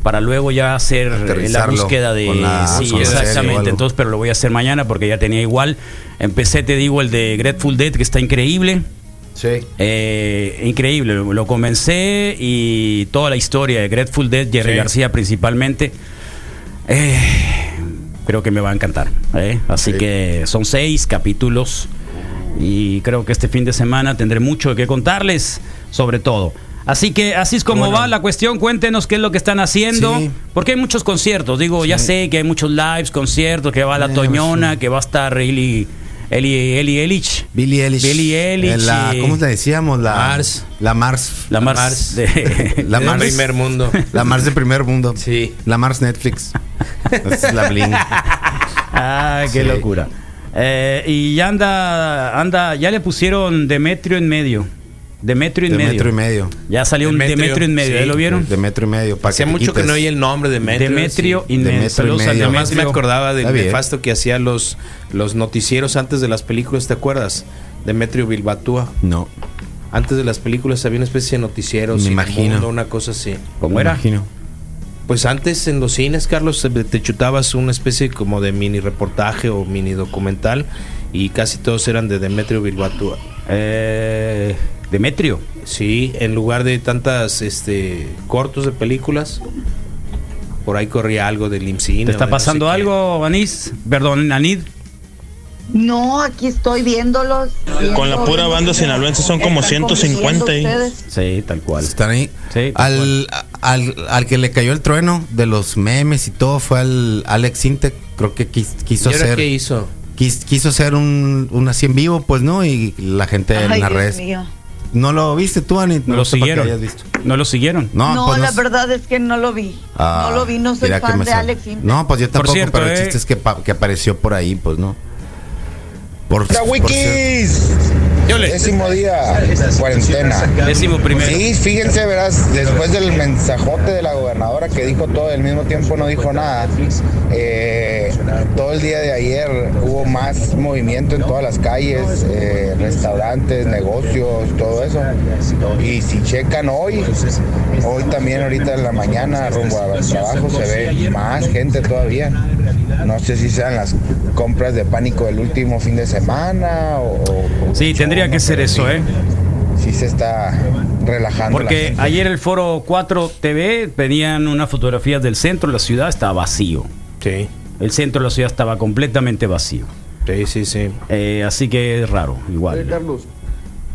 [SPEAKER 6] para luego ya hacer en la
[SPEAKER 7] Aterrizarlo
[SPEAKER 6] búsqueda de
[SPEAKER 7] con la-
[SPEAKER 6] sí
[SPEAKER 7] con la serie o
[SPEAKER 6] exactamente
[SPEAKER 7] algo.
[SPEAKER 6] entonces pero lo voy a hacer mañana porque ya tenía igual empecé te digo el de Grateful Dead que está increíble
[SPEAKER 7] Sí.
[SPEAKER 6] Eh, increíble lo, lo comencé y toda la historia de Grateful Dead Jerry
[SPEAKER 8] Sí.
[SPEAKER 6] García principalmente Eh, creo que me va a encantar. ¿eh? Así que son seis capítulos y creo que este fin de semana tendré mucho que contarles, sobre todo. Así que así es como va la cuestión. Cuéntenos qué es lo que están haciendo.
[SPEAKER 7] Sí.
[SPEAKER 6] Porque hay muchos conciertos. Digo, ya sé que hay muchos lives, conciertos, que va la
[SPEAKER 7] Eh,
[SPEAKER 6] Toñona, que va a estar Eli, Eli, Eli Elich.
[SPEAKER 7] Billy Ellis.
[SPEAKER 6] Billie Eilish
[SPEAKER 7] Eh, La,
[SPEAKER 6] y-
[SPEAKER 7] ¿Cómo le decíamos? La
[SPEAKER 8] Mars.
[SPEAKER 7] La Mars.
[SPEAKER 6] La Mars. de-
[SPEAKER 7] La
[SPEAKER 8] De
[SPEAKER 7] Mars.
[SPEAKER 8] primer mundo.
[SPEAKER 7] La Mars de primer mundo.
[SPEAKER 8] Sí.
[SPEAKER 7] La Mars Netflix. Esa es la bling.
[SPEAKER 6] Ah, qué
[SPEAKER 7] Sí.
[SPEAKER 6] locura. Eh, y ya anda, anda, ya le pusieron Demetrio en medio. Demetrio en
[SPEAKER 7] De
[SPEAKER 6] medio.
[SPEAKER 7] metro y medio.
[SPEAKER 6] Ya salió
[SPEAKER 8] Demetrio,
[SPEAKER 6] un Demetrio en medio,
[SPEAKER 8] sí.
[SPEAKER 6] ¿eh? ¿lo vieron?
[SPEAKER 7] De metro y medio. para
[SPEAKER 8] Hacía
[SPEAKER 7] te
[SPEAKER 8] mucho que
[SPEAKER 7] quites.
[SPEAKER 8] no oía el nombre de Metro.
[SPEAKER 6] Demetrio,
[SPEAKER 8] sí.
[SPEAKER 6] y medio.
[SPEAKER 7] Demetrio
[SPEAKER 6] Saludos
[SPEAKER 7] y
[SPEAKER 6] a
[SPEAKER 7] medio.
[SPEAKER 8] Nada más me
[SPEAKER 6] Demetrio.
[SPEAKER 8] acordaba del
[SPEAKER 7] Está bien.
[SPEAKER 8] nefasto que hacía los, los noticieros antes de las películas, ¿te acuerdas? Demetrio Bilbatúa.
[SPEAKER 7] No.
[SPEAKER 8] Antes de las películas había una especie de noticiero.
[SPEAKER 7] Me
[SPEAKER 8] sin
[SPEAKER 7] imagino.
[SPEAKER 8] mundo, una cosa así.
[SPEAKER 6] ¿Cómo
[SPEAKER 7] me
[SPEAKER 6] era?
[SPEAKER 7] Imagino.
[SPEAKER 8] Pues antes en los cines, Carlos, te- te chutabas una especie como de mini reportaje o mini documental y casi todos eran de Demetrio Bilbatúa.
[SPEAKER 6] Eh, Demetrio.
[SPEAKER 8] Sí, en lugar de tantas este cortos de películas, por ahí corría algo del IMCINE. o
[SPEAKER 6] ¿Te está
[SPEAKER 8] de no sé
[SPEAKER 6] pasando
[SPEAKER 8] qué.
[SPEAKER 6] algo, Anís? Perdón, Anid.
[SPEAKER 9] No, aquí estoy viéndolos.
[SPEAKER 10] Con la pura banda sinaloense son como 150 ahí.
[SPEAKER 6] Sí, tal cual.
[SPEAKER 7] Están ahí.
[SPEAKER 6] Sí, tal
[SPEAKER 7] al, al, al que le cayó el trueno de los memes y todo fue al Alex Intec. Creo que quis-
[SPEAKER 8] ¿Y
[SPEAKER 7] quiso
[SPEAKER 8] ahora
[SPEAKER 7] hacer.
[SPEAKER 8] qué hizo?
[SPEAKER 7] quis- quiso hacer un, un así en vivo, pues no, y la gente en las redes. ¿No lo viste tú, Ani?
[SPEAKER 6] No lo
[SPEAKER 7] sé para qué
[SPEAKER 6] siguieron.
[SPEAKER 7] hayas visto.
[SPEAKER 6] No lo siguieron.
[SPEAKER 9] No,
[SPEAKER 7] pues,
[SPEAKER 9] la
[SPEAKER 7] sé.
[SPEAKER 9] verdad es que no lo vi.
[SPEAKER 7] Ah,
[SPEAKER 9] no lo vi, no soy
[SPEAKER 7] mira que
[SPEAKER 9] fan
[SPEAKER 7] me
[SPEAKER 9] de
[SPEAKER 7] sale.
[SPEAKER 9] Alex Intec.
[SPEAKER 7] No, pues yo tampoco,
[SPEAKER 6] cierto,
[SPEAKER 7] pero el
[SPEAKER 6] eh.
[SPEAKER 7] chiste es que, pa- que apareció por ahí, pues no. Por,
[SPEAKER 10] La
[SPEAKER 7] por ser-
[SPEAKER 10] Wikis. Décimo día, cuarentena.
[SPEAKER 6] Décimo primero.
[SPEAKER 10] Sí, fíjense, verás, después del mensajote de la gobernadora que dijo todo al mismo tiempo, no dijo nada. eh, todo el día de ayer hubo más movimiento en todas las calles, eh, restaurantes, negocios, todo eso. Y si checan hoy, hoy también, ahorita en la mañana, rumbo al trabajo, se ve más gente todavía. No sé si sean las compras de pánico del último fin de semana o. o-
[SPEAKER 6] Sí, tendría que ser eso, ¿eh?
[SPEAKER 10] sí se está relajando. la
[SPEAKER 6] Porque
[SPEAKER 10] gente.
[SPEAKER 6] ayer el Foro 4 TV pedían unas fotografías del centro, la ciudad estaba vacío.
[SPEAKER 8] Sí,
[SPEAKER 6] El centro de la ciudad estaba completamente vacío.
[SPEAKER 8] sí, sí, sí.
[SPEAKER 6] Eh, así que es raro,
[SPEAKER 11] Oye,
[SPEAKER 6] igual.
[SPEAKER 11] Carlos,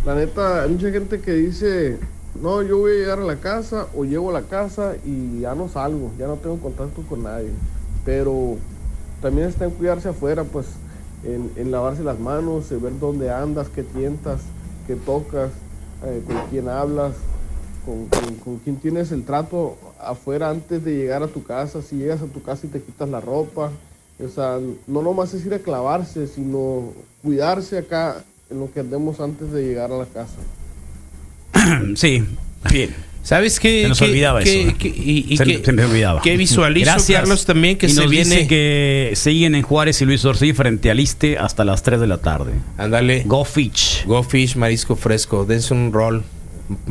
[SPEAKER 11] la neta, hay mucha gente que dice, no, yo voy a llegar a la casa o llego a la casa y ya no salgo, ya no tengo contacto con nadie. Pero también está en cuidarse afuera, pues, en, en lavarse las manos, en ver dónde andas, qué tientas, qué tocas, eh, con quién hablas, con, con- con quién tienes el trato afuera antes de llegar a tu casa, si llegas a tu casa y te quitas la ropa. O sea, no nomás es ir a clavarse, sino cuidarse acá en lo que andemos antes de llegar a la casa.
[SPEAKER 6] Sí, bien.
[SPEAKER 8] ¿Sabes qué?
[SPEAKER 6] Se nos
[SPEAKER 8] qué-
[SPEAKER 6] olvidaba
[SPEAKER 8] qué-
[SPEAKER 6] eso.
[SPEAKER 8] qué- y, y
[SPEAKER 6] se,
[SPEAKER 8] qué-
[SPEAKER 6] se me olvidaba.
[SPEAKER 8] qué visualizo, Carlos, también que
[SPEAKER 6] Y
[SPEAKER 8] se
[SPEAKER 6] nos
[SPEAKER 8] viene-
[SPEAKER 6] dice que siguen en Juárez y Luis Orsi frente al Iste hasta las 3 de la tarde.
[SPEAKER 8] Ándale. Go.
[SPEAKER 6] Go Fish.
[SPEAKER 8] fish, marisco fresco, dense un roll.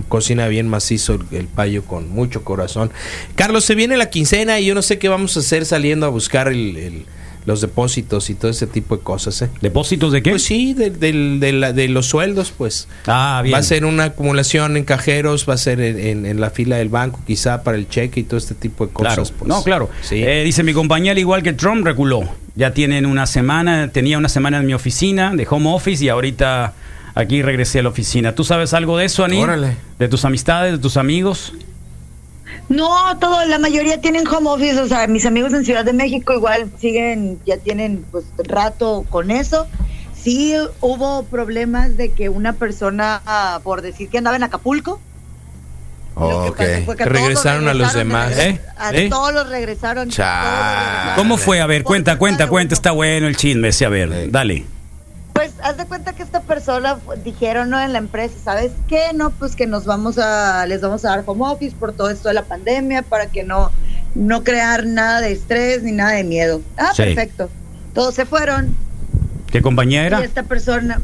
[SPEAKER 8] Cocina bien macizo el, el payo con mucho corazón. Carlos, se viene la quincena y yo no sé qué vamos a hacer saliendo a buscar el- el- los depósitos y todo ese tipo de cosas. ¿eh?
[SPEAKER 6] ¿Depósitos de qué?
[SPEAKER 8] Pues sí, de, del- de la- de los sueldos, pues.
[SPEAKER 6] Ah, bien.
[SPEAKER 8] Va a ser una acumulación en cajeros, va a ser en, en- en la fila del banco, quizá para el cheque y todo este tipo de cosas.
[SPEAKER 6] Claro.
[SPEAKER 8] pues.
[SPEAKER 6] No, claro.
[SPEAKER 8] Sí.
[SPEAKER 6] Eh, dice mi compañía, al igual que Trump, reculó. Ya tienen una semana, tenía una semana en mi oficina de home office y ahorita aquí regresé a la oficina. ¿Tú sabes algo de eso, Ani?
[SPEAKER 7] Órale.
[SPEAKER 6] De tus amistades, de tus amigos.
[SPEAKER 9] No, todo, la mayoría tienen home office, o sea, mis amigos en Ciudad de México igual siguen, ya tienen pues rato con eso. Sí hubo problemas de que una persona, ah, por decir que andaba en Acapulco, lo
[SPEAKER 7] Oh,
[SPEAKER 9] que
[SPEAKER 7] ok.
[SPEAKER 9] pasó fue que a todos
[SPEAKER 8] Regresaron a los
[SPEAKER 9] regresaron de
[SPEAKER 8] demás.
[SPEAKER 9] regreso.
[SPEAKER 6] ¿Eh?
[SPEAKER 9] A
[SPEAKER 6] ¿Eh?
[SPEAKER 9] todos los regresaron. todos los
[SPEAKER 7] Ah,
[SPEAKER 9] regresaron.
[SPEAKER 6] ¿Cómo fue? A ver,
[SPEAKER 9] Por
[SPEAKER 6] cuenta,
[SPEAKER 9] culpa
[SPEAKER 6] cuenta,
[SPEAKER 9] de
[SPEAKER 6] cuenta.
[SPEAKER 9] uno.
[SPEAKER 6] Está bueno el chisme ese. A ver,
[SPEAKER 7] Sí.
[SPEAKER 6] dale.
[SPEAKER 9] Pues haz de cuenta que esta persona fu- dijeron no en la empresa, ¿sabes qué? No, pues que nos vamos a, les vamos a dar home office por todo esto de la pandemia para que no, no crear nada de estrés ni nada de miedo. Ah,
[SPEAKER 6] Sí.
[SPEAKER 9] perfecto. Todos se fueron
[SPEAKER 6] ¿Qué compañía
[SPEAKER 9] y
[SPEAKER 6] era?
[SPEAKER 9] esta persona,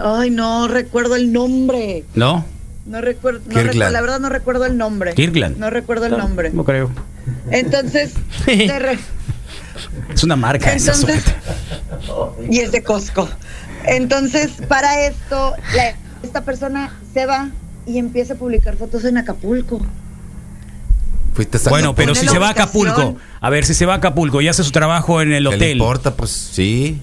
[SPEAKER 9] ay, no recuerdo el nombre,
[SPEAKER 6] ¿No?
[SPEAKER 9] no recuerdo, no
[SPEAKER 7] Kirkland.
[SPEAKER 9] recuerdo- la verdad no recuerdo el nombre.
[SPEAKER 6] Kirkland.
[SPEAKER 9] No recuerdo el nombre.
[SPEAKER 6] No creo.
[SPEAKER 9] Entonces, de re-
[SPEAKER 6] Es una marca esa
[SPEAKER 9] Entonces- y es de Costco. Entonces, para esto, la- esta persona se va y empieza a publicar fotos en Acapulco.
[SPEAKER 7] Fuiste a
[SPEAKER 6] Bueno, pero
[SPEAKER 7] Acapulco.
[SPEAKER 6] si se va a Acapulco, a ver, si se va a Acapulco y hace su trabajo en el
[SPEAKER 7] ¿Qué le
[SPEAKER 6] hotel.
[SPEAKER 7] importa? Pues sí.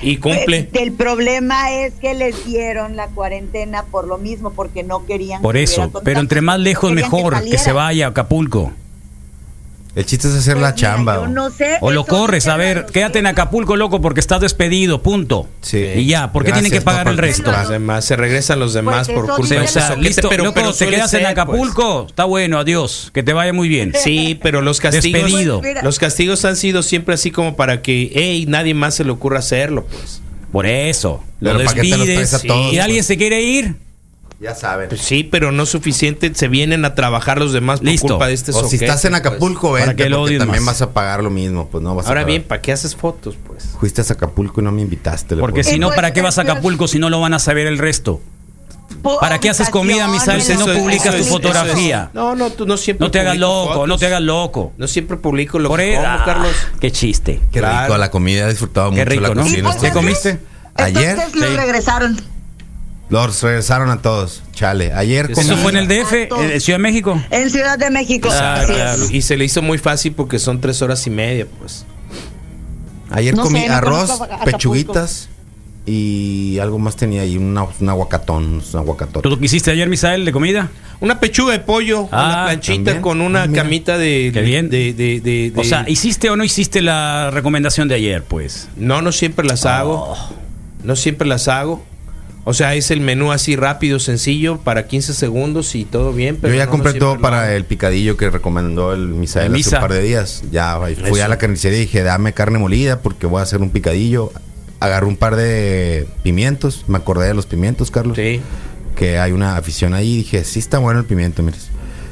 [SPEAKER 6] Y cumple.
[SPEAKER 9] Eh, El problema es que les dieron la cuarentena por lo mismo, porque no querían.
[SPEAKER 6] Por
[SPEAKER 9] que
[SPEAKER 6] eso,
[SPEAKER 9] hubiera contacto.
[SPEAKER 6] pero entre más lejos
[SPEAKER 9] Querían que
[SPEAKER 6] mejor que,
[SPEAKER 9] saliera.
[SPEAKER 6] se vaya a Acapulco.
[SPEAKER 7] El chiste es hacer la chamba.
[SPEAKER 9] Pues Yo no sé.
[SPEAKER 6] O lo
[SPEAKER 9] eso no
[SPEAKER 6] corres,
[SPEAKER 9] sé,
[SPEAKER 6] a ver, quédate en Acapulco, loco, porque estás despedido, punto. Y ya, ¿por qué tienen que pagar el resto?
[SPEAKER 8] Los demás, se regresan los demás
[SPEAKER 6] Pues
[SPEAKER 8] por
[SPEAKER 6] eso
[SPEAKER 8] culpa
[SPEAKER 6] dice
[SPEAKER 8] de
[SPEAKER 6] O sea,
[SPEAKER 8] eso.
[SPEAKER 6] listo,
[SPEAKER 8] Pero-
[SPEAKER 6] loco,
[SPEAKER 8] pero
[SPEAKER 6] te
[SPEAKER 8] suele
[SPEAKER 6] quedas
[SPEAKER 8] ser,
[SPEAKER 6] en
[SPEAKER 8] pues.
[SPEAKER 6] Acapulco, está bueno, adiós, que te vaya muy bien.
[SPEAKER 8] Sí, pero los castigos,
[SPEAKER 6] Despedido.
[SPEAKER 8] los castigos han sido siempre así como para que, hey, nadie más se le ocurra hacerlo, pues.
[SPEAKER 6] Por eso.
[SPEAKER 8] Lo
[SPEAKER 6] Pero ¿para qué te los
[SPEAKER 8] despides.
[SPEAKER 6] traes a todos, ¿Y alguien se quiere ir?
[SPEAKER 7] Ya saben.
[SPEAKER 8] Pues sí, pero no es suficiente. Se vienen a trabajar los demás por
[SPEAKER 7] Listo.
[SPEAKER 8] culpa de este
[SPEAKER 7] o si
[SPEAKER 8] soquete,
[SPEAKER 7] estás en Acapulco,
[SPEAKER 8] pues.
[SPEAKER 7] vente, porque también vas a pagar lo mismo, pues no vas
[SPEAKER 8] Ahora
[SPEAKER 7] a pagar.
[SPEAKER 8] bien, ¿para qué haces fotos, pues?
[SPEAKER 7] fuiste a Acapulco y no me invitaste. le
[SPEAKER 6] Porque
[SPEAKER 7] puedo
[SPEAKER 6] si no,
[SPEAKER 7] decir.
[SPEAKER 6] ¿para qué vas a Acapulco si no lo van a saber el resto?
[SPEAKER 9] Por
[SPEAKER 6] ¿Para qué haces comida, Misael, si no
[SPEAKER 8] Eso es-
[SPEAKER 6] publicas
[SPEAKER 8] eso
[SPEAKER 6] tu
[SPEAKER 8] es- eso
[SPEAKER 6] fotografía?
[SPEAKER 8] es- no, no, tú no siempre.
[SPEAKER 6] Ah. No te hagas
[SPEAKER 8] publico
[SPEAKER 6] loco,
[SPEAKER 8] fotos.
[SPEAKER 6] no te hagas loco.
[SPEAKER 8] No siempre publico lo
[SPEAKER 6] Por
[SPEAKER 8] que
[SPEAKER 6] eso-
[SPEAKER 8] como,
[SPEAKER 6] ah,
[SPEAKER 8] Carlos.
[SPEAKER 6] Qué chiste.
[SPEAKER 7] Qué rico, la comida he disfrutado
[SPEAKER 6] Qué
[SPEAKER 7] mucho.
[SPEAKER 6] rico,
[SPEAKER 7] la
[SPEAKER 6] ¿no?
[SPEAKER 7] cocina
[SPEAKER 6] ¿Y
[SPEAKER 7] estuvo
[SPEAKER 6] qué comiste?
[SPEAKER 7] rico. Ayer
[SPEAKER 9] Entonces los
[SPEAKER 7] Sí.
[SPEAKER 9] regresaron.
[SPEAKER 7] los regresaron a todos. Chale, ayer
[SPEAKER 6] Eso fue en el DF, en Ciudad de México.
[SPEAKER 9] En Ciudad de México.
[SPEAKER 8] Ah,
[SPEAKER 9] Así es.
[SPEAKER 8] claro. Y se le hizo muy fácil porque son tres horas y media, pues.
[SPEAKER 7] Ayer
[SPEAKER 9] No sé,
[SPEAKER 7] comí
[SPEAKER 9] no
[SPEAKER 7] arroz,
[SPEAKER 9] conozco Acapulco.
[SPEAKER 7] pechuguitas y algo más tenía ahí, un, au- un aguacatón, un
[SPEAKER 6] ¿Tú
[SPEAKER 7] aguacatón.
[SPEAKER 6] lo que hiciste ayer, Misael, de comida?
[SPEAKER 8] Una pechuga de pollo, una planchita
[SPEAKER 6] Ah, también.
[SPEAKER 8] con
[SPEAKER 7] Ah,
[SPEAKER 8] una camita de,
[SPEAKER 6] Qué bien.
[SPEAKER 8] de, de- de- de-
[SPEAKER 6] O sea, ¿hiciste o no hiciste la recomendación de ayer, pues?
[SPEAKER 8] No, no siempre las hago. No siempre las hago. O sea, es el menú así rápido, sencillo, para 15 segundos y todo bien.
[SPEAKER 7] Yo
[SPEAKER 8] Pero
[SPEAKER 7] ya
[SPEAKER 8] no, no
[SPEAKER 7] compré
[SPEAKER 8] siempre
[SPEAKER 7] todo
[SPEAKER 8] lo
[SPEAKER 7] para el picadillo que recomendó el Misael
[SPEAKER 6] El
[SPEAKER 7] hace
[SPEAKER 6] Misa.
[SPEAKER 7] un par de días. Ya ahí fui
[SPEAKER 6] Eso.
[SPEAKER 7] a la carnicería y dije, dame carne molida porque voy a hacer un picadillo. Agarré un par de pimientos, me acordé de los pimientos, Carlos.
[SPEAKER 8] Sí.
[SPEAKER 7] Que hay una afición ahí y dije, sí está bueno el pimiento, mires.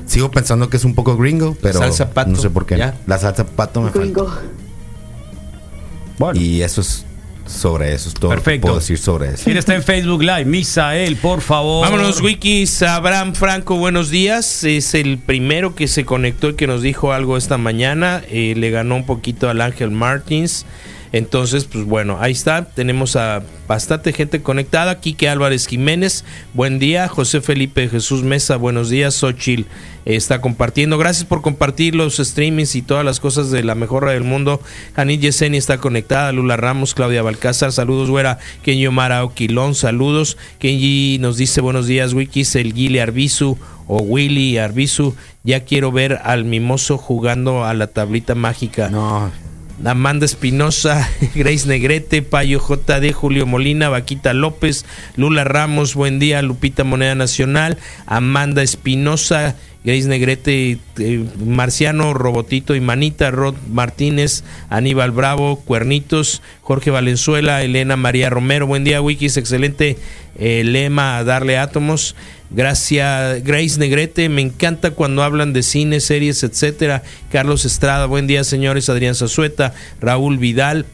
[SPEAKER 7] Sigo pensando que es un poco gringo, pero
[SPEAKER 8] salsa pato,
[SPEAKER 7] no sé por qué.
[SPEAKER 8] ya.
[SPEAKER 7] La salsa pato me falta. Y eso es sobre eso, es todo lo que
[SPEAKER 6] Perfecto.
[SPEAKER 7] puedo decir sobre eso.
[SPEAKER 6] ¿Quién está en Facebook Live? Misael, por favor.
[SPEAKER 8] Vámonos, Wikis. Abraham Franco, buenos días. Es el primero que se conectó y que nos dijo algo esta mañana. Eh, le ganó un poquito al Ángel Martins. Entonces, pues bueno, ahí está. Tenemos a bastante gente conectada. Quique Álvarez Jiménez, buen día. José Felipe Jesús Mesa, buenos días. Xochil eh, está compartiendo. Gracias por compartir los streamings y todas las cosas de la mejor radio del mundo. Janit Yesenia está conectada. Lula Ramos, Claudia Balcázar, saludos, güera. Kenji Omar Oquilón, saludos. Kenji nos dice buenos días, Wikis, el Guile Arbizu o Willy Arbizu. Ya quiero ver al mimoso jugando a la tablita mágica. Amanda Espinosa, Grace Negrete, Payo JD, Julio Molina, Vaquita López, Lula Ramos, buen día, Lupita Moneda Nacional, Amanda Espinosa, Grace Negrete, eh, Marciano, Robotito y Manita, Rod Martínez, Aníbal Bravo, Cuernitos, Jorge Valenzuela, Elena María Romero, buen día, Wikis, excelente eh, lema a darle átomos. Gracias, Grace Negrete. Me encanta cuando hablan de cine, series, etcétera. Carlos Estrada, buen día, señores. Adrián Zazueta, Raúl Vidal.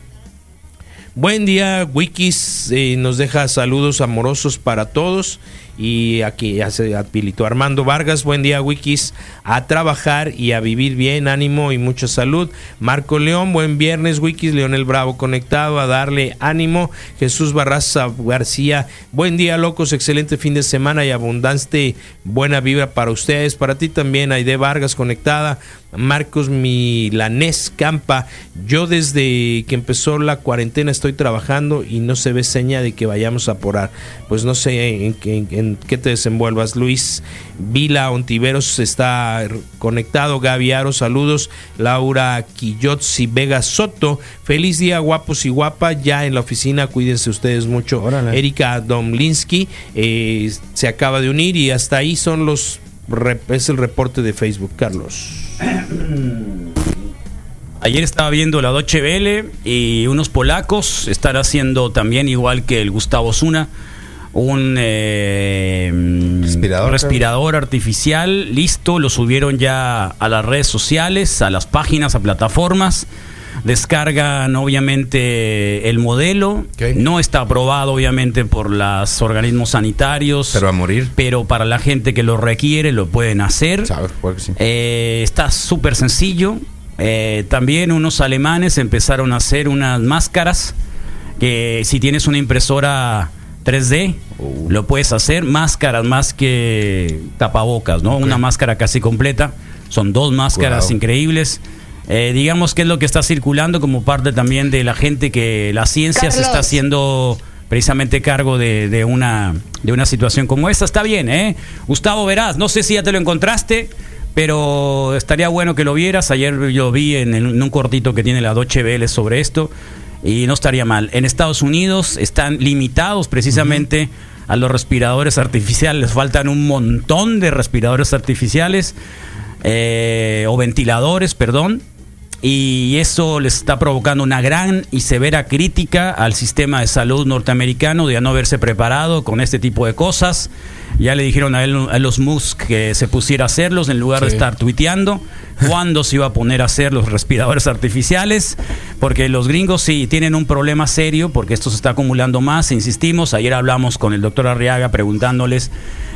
[SPEAKER 8] Buen día, Wikis. eh, nos deja saludos amorosos para todos. Y aquí hace habilitó Armando Vargas. Buen día, Wikis. A trabajar y a vivir bien. Ánimo y mucha salud. Marco León, buen viernes, Wikis. Leonel Bravo conectado a darle ánimo. Jesús Barraza García, buen día, locos. Excelente fin de semana y abundante buena vibra para ustedes. Para ti también, Aide Vargas conectada. Marcos Milanés Campa, yo desde que empezó la cuarentena estoy trabajando y no se ve seña de que vayamos a porar. Pues no sé en, qué- en qué te desenvuelvas. Luis Vila Ontiveros está conectado. Gaby Aro, saludos. Laura Quillotzi Vega Soto, feliz día guapos y guapa. Ya en la oficina, cuídense ustedes mucho. Erika Domlinsky eh, se acaba de unir y hasta ahí son los... rep- Es el reporte de Facebook, Carlos.
[SPEAKER 6] Ayer estaba viendo la Deutsche Welle y unos polacos están haciendo también, igual que el Gustavo Zuna, un eh, mm,
[SPEAKER 7] Respirador,
[SPEAKER 6] respirador artificial listo. Lo subieron ya a las redes sociales, a las páginas, a plataformas. Descargan obviamente el modelo. No está aprobado obviamente por los organismos sanitarios.
[SPEAKER 7] Pero a morir.
[SPEAKER 6] Pero para la gente que lo requiere lo pueden hacer.
[SPEAKER 7] ¿Sabes? Porque sí.
[SPEAKER 6] Eh, está súper sencillo. Eh, también unos alemanes empezaron a hacer unas máscaras que si tienes una impresora 3D lo puedes hacer. Máscaras más que tapabocas, ¿no? Una máscara casi completa. Son dos máscaras
[SPEAKER 12] Wow.
[SPEAKER 6] increíbles. Eh, digamos que es lo que está circulando como parte también de la gente que la ciencia se está
[SPEAKER 12] Carlos.
[SPEAKER 6] haciendo precisamente cargo de, de una, de una situación como esta. Está bien, ¿eh? Gustavo, verás, no sé si ya te lo encontraste, pero estaría bueno que lo vieras. Ayer yo vi en, el- en un cortito que tiene la Doche Vélez sobre esto y no estaría mal. En Estados Unidos están limitados precisamente a los respiradores artificiales. Les faltan un montón de respiradores artificiales eh, o ventiladores, perdón. Y eso les está provocando una gran y severa crítica al sistema de salud norteamericano de ya no haberse preparado con este tipo de cosas. Ya le dijeron a, él, a los Musk que se pusiera a hacerlos en lugar de
[SPEAKER 12] Sí.
[SPEAKER 6] estar tuiteando cuándo se iba a poner a hacer los respiradores artificiales, porque los gringos sí tienen un problema serio, porque esto se está acumulando más, insistimos, ayer hablamos con el doctor Arriaga preguntándoles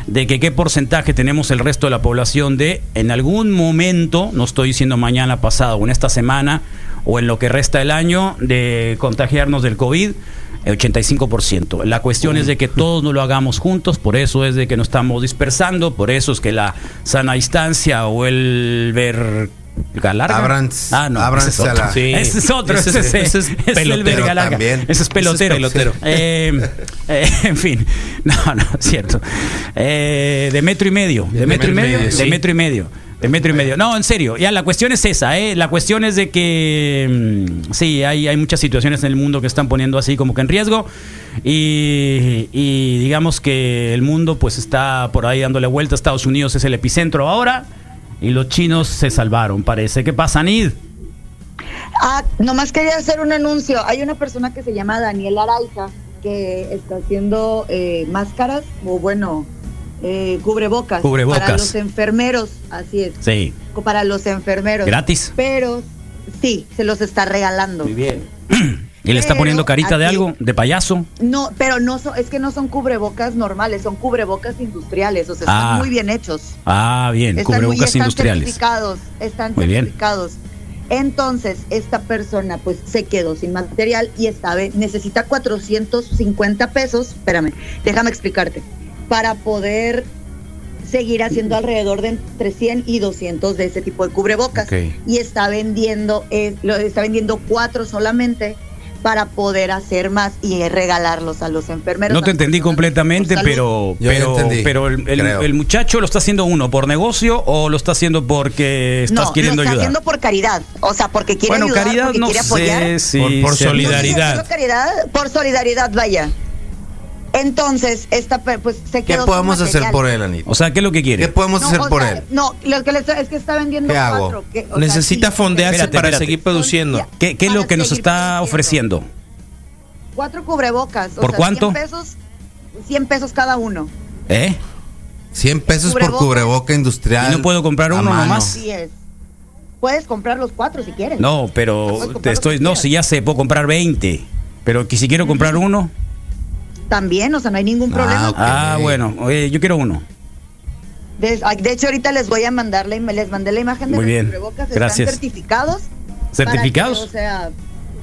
[SPEAKER 6] de que qué porcentaje tenemos el resto de la población de en algún momento, no estoy diciendo mañana pasado o en esta semana o en lo que resta del año, de contagiarnos del COVID. 85%. La cuestión es de que todos no lo hagamos juntos, por eso es de que nos estamos dispersando, por eso es que la sana distancia o el ver galarga.
[SPEAKER 7] Abranz-
[SPEAKER 6] ah, no, ese es
[SPEAKER 7] ábranse a
[SPEAKER 6] otro.
[SPEAKER 7] la- Sí.
[SPEAKER 6] Ese es otro, ese,
[SPEAKER 7] Ese es-
[SPEAKER 6] es-
[SPEAKER 7] ese es
[SPEAKER 6] ese es el
[SPEAKER 7] pelotero
[SPEAKER 6] verga larga.
[SPEAKER 7] también.
[SPEAKER 6] Ese es pelotero.
[SPEAKER 7] Ese es pelotero.
[SPEAKER 6] Eh, eh, en fin, no, no, es cierto. Eh, de metro y medio, de, metro y medio, de
[SPEAKER 12] sí.
[SPEAKER 6] metro y medio. De metro y medio. No, en serio. Ya, la cuestión es esa, ¿eh? La cuestión es de que. mm, sí, hay, hay muchas situaciones en el mundo que están poniendo así como que en riesgo. Y, y digamos que el mundo, pues está por ahí dándole vuelta. Estados Unidos es el epicentro ahora. Y los chinos se salvaron, parece. ¿Qué pasa, Nid?
[SPEAKER 9] Ah, nomás quería hacer un anuncio. Hay una persona que se llama Daniel Araiza que está haciendo eh, máscaras o bueno, eh, cubrebocas,
[SPEAKER 6] Cubrebocas.
[SPEAKER 9] para los enfermeros, así es,
[SPEAKER 6] Sí.
[SPEAKER 9] para los enfermeros.
[SPEAKER 6] Gratis.
[SPEAKER 9] Pero sí, se los está regalando.
[SPEAKER 6] Muy bien. ¿Y le está
[SPEAKER 9] Pero
[SPEAKER 6] poniendo carita de
[SPEAKER 9] aquí-
[SPEAKER 6] algo? ¿De payaso?
[SPEAKER 9] No, pero no son, es que no son cubrebocas normales, son cubrebocas industriales, o sea,
[SPEAKER 6] Ah.
[SPEAKER 9] están muy bien hechos.
[SPEAKER 6] Ah, bien.
[SPEAKER 9] Están muy-
[SPEAKER 6] Cubrebocas
[SPEAKER 9] están
[SPEAKER 6] industriales.
[SPEAKER 9] certificados, están
[SPEAKER 6] Muy bien.
[SPEAKER 9] certificados. Entonces, esta persona pues se quedó sin material y esta vez necesita 450 pesos, espérame, déjame explicarte, para poder seguir haciendo alrededor de entre 100 y 200 de ese tipo de cubrebocas
[SPEAKER 12] Ok.
[SPEAKER 9] y está vendiendo eh, lo está vendiendo cuatro solamente para poder hacer más y regalarlos a los enfermeros.
[SPEAKER 6] No te
[SPEAKER 9] a
[SPEAKER 6] entendí completamente,
[SPEAKER 9] Por
[SPEAKER 6] pero,
[SPEAKER 9] Pues, salud.
[SPEAKER 7] Yo ya
[SPEAKER 6] pero,
[SPEAKER 7] entendí,
[SPEAKER 6] pero el, el-
[SPEAKER 7] creo.
[SPEAKER 6] el muchacho lo está haciendo uno por negocio o lo está haciendo porque estás
[SPEAKER 9] no,
[SPEAKER 6] queriendo
[SPEAKER 9] lo está
[SPEAKER 6] ayudar.
[SPEAKER 9] haciendo por caridad, o sea, porque quiere
[SPEAKER 6] Bueno,
[SPEAKER 9] ayudar,
[SPEAKER 6] caridad
[SPEAKER 9] porque
[SPEAKER 6] no
[SPEAKER 9] quiere
[SPEAKER 6] sé
[SPEAKER 9] apoyar.
[SPEAKER 6] si
[SPEAKER 8] Por- por
[SPEAKER 6] sea-
[SPEAKER 9] Por caridad, por solidaridad, vaya. Entonces, esta per- pues se
[SPEAKER 7] ¿Qué
[SPEAKER 9] quedó sin
[SPEAKER 7] podemos hacer
[SPEAKER 9] material.
[SPEAKER 7] por él, Anita?
[SPEAKER 6] O sea, ¿qué es lo que quiere?
[SPEAKER 7] ¿Qué podemos
[SPEAKER 9] No,
[SPEAKER 7] hacer
[SPEAKER 9] o
[SPEAKER 7] por
[SPEAKER 9] sea,
[SPEAKER 7] él?
[SPEAKER 9] No, lo que le estoy- es que está vendiendo
[SPEAKER 7] ¿Qué hago?
[SPEAKER 9] cuatro, que, o
[SPEAKER 8] Necesita
[SPEAKER 9] sea, sí,
[SPEAKER 8] fondearse
[SPEAKER 9] espérate,
[SPEAKER 8] para
[SPEAKER 9] espérate.
[SPEAKER 8] seguir produciendo.
[SPEAKER 6] ¿Qué, qué es lo que nos está ofreciendo?
[SPEAKER 9] Cuatro cubrebocas.
[SPEAKER 6] ¿Por
[SPEAKER 9] o sea,
[SPEAKER 6] cuánto?
[SPEAKER 9] 100 pesos, 100 pesos cada uno.
[SPEAKER 6] ¿Eh?
[SPEAKER 7] 100 pesos por
[SPEAKER 9] Cubrebocas.
[SPEAKER 7] cubreboca industrial.
[SPEAKER 6] ¿Y no puedo comprar
[SPEAKER 7] a
[SPEAKER 6] uno
[SPEAKER 7] mano.
[SPEAKER 6] nomás?
[SPEAKER 9] Así es. Puedes comprar los cuatro si quieres.
[SPEAKER 6] No, pero te estoy. No, si ya sé, puedo comprar 20. Pero que si quiero comprar uno.
[SPEAKER 9] También, o sea, no hay ningún problema.
[SPEAKER 6] Ah, bueno, oye, yo quiero uno.
[SPEAKER 9] De, ay, de hecho, ahorita les voy a mandar la, im- les mandé la imagen de los
[SPEAKER 6] Muy bien,
[SPEAKER 9] cubrebocas.
[SPEAKER 6] gracias.
[SPEAKER 9] Están certificados. para
[SPEAKER 6] ¿Certificados?
[SPEAKER 9] que, o sea,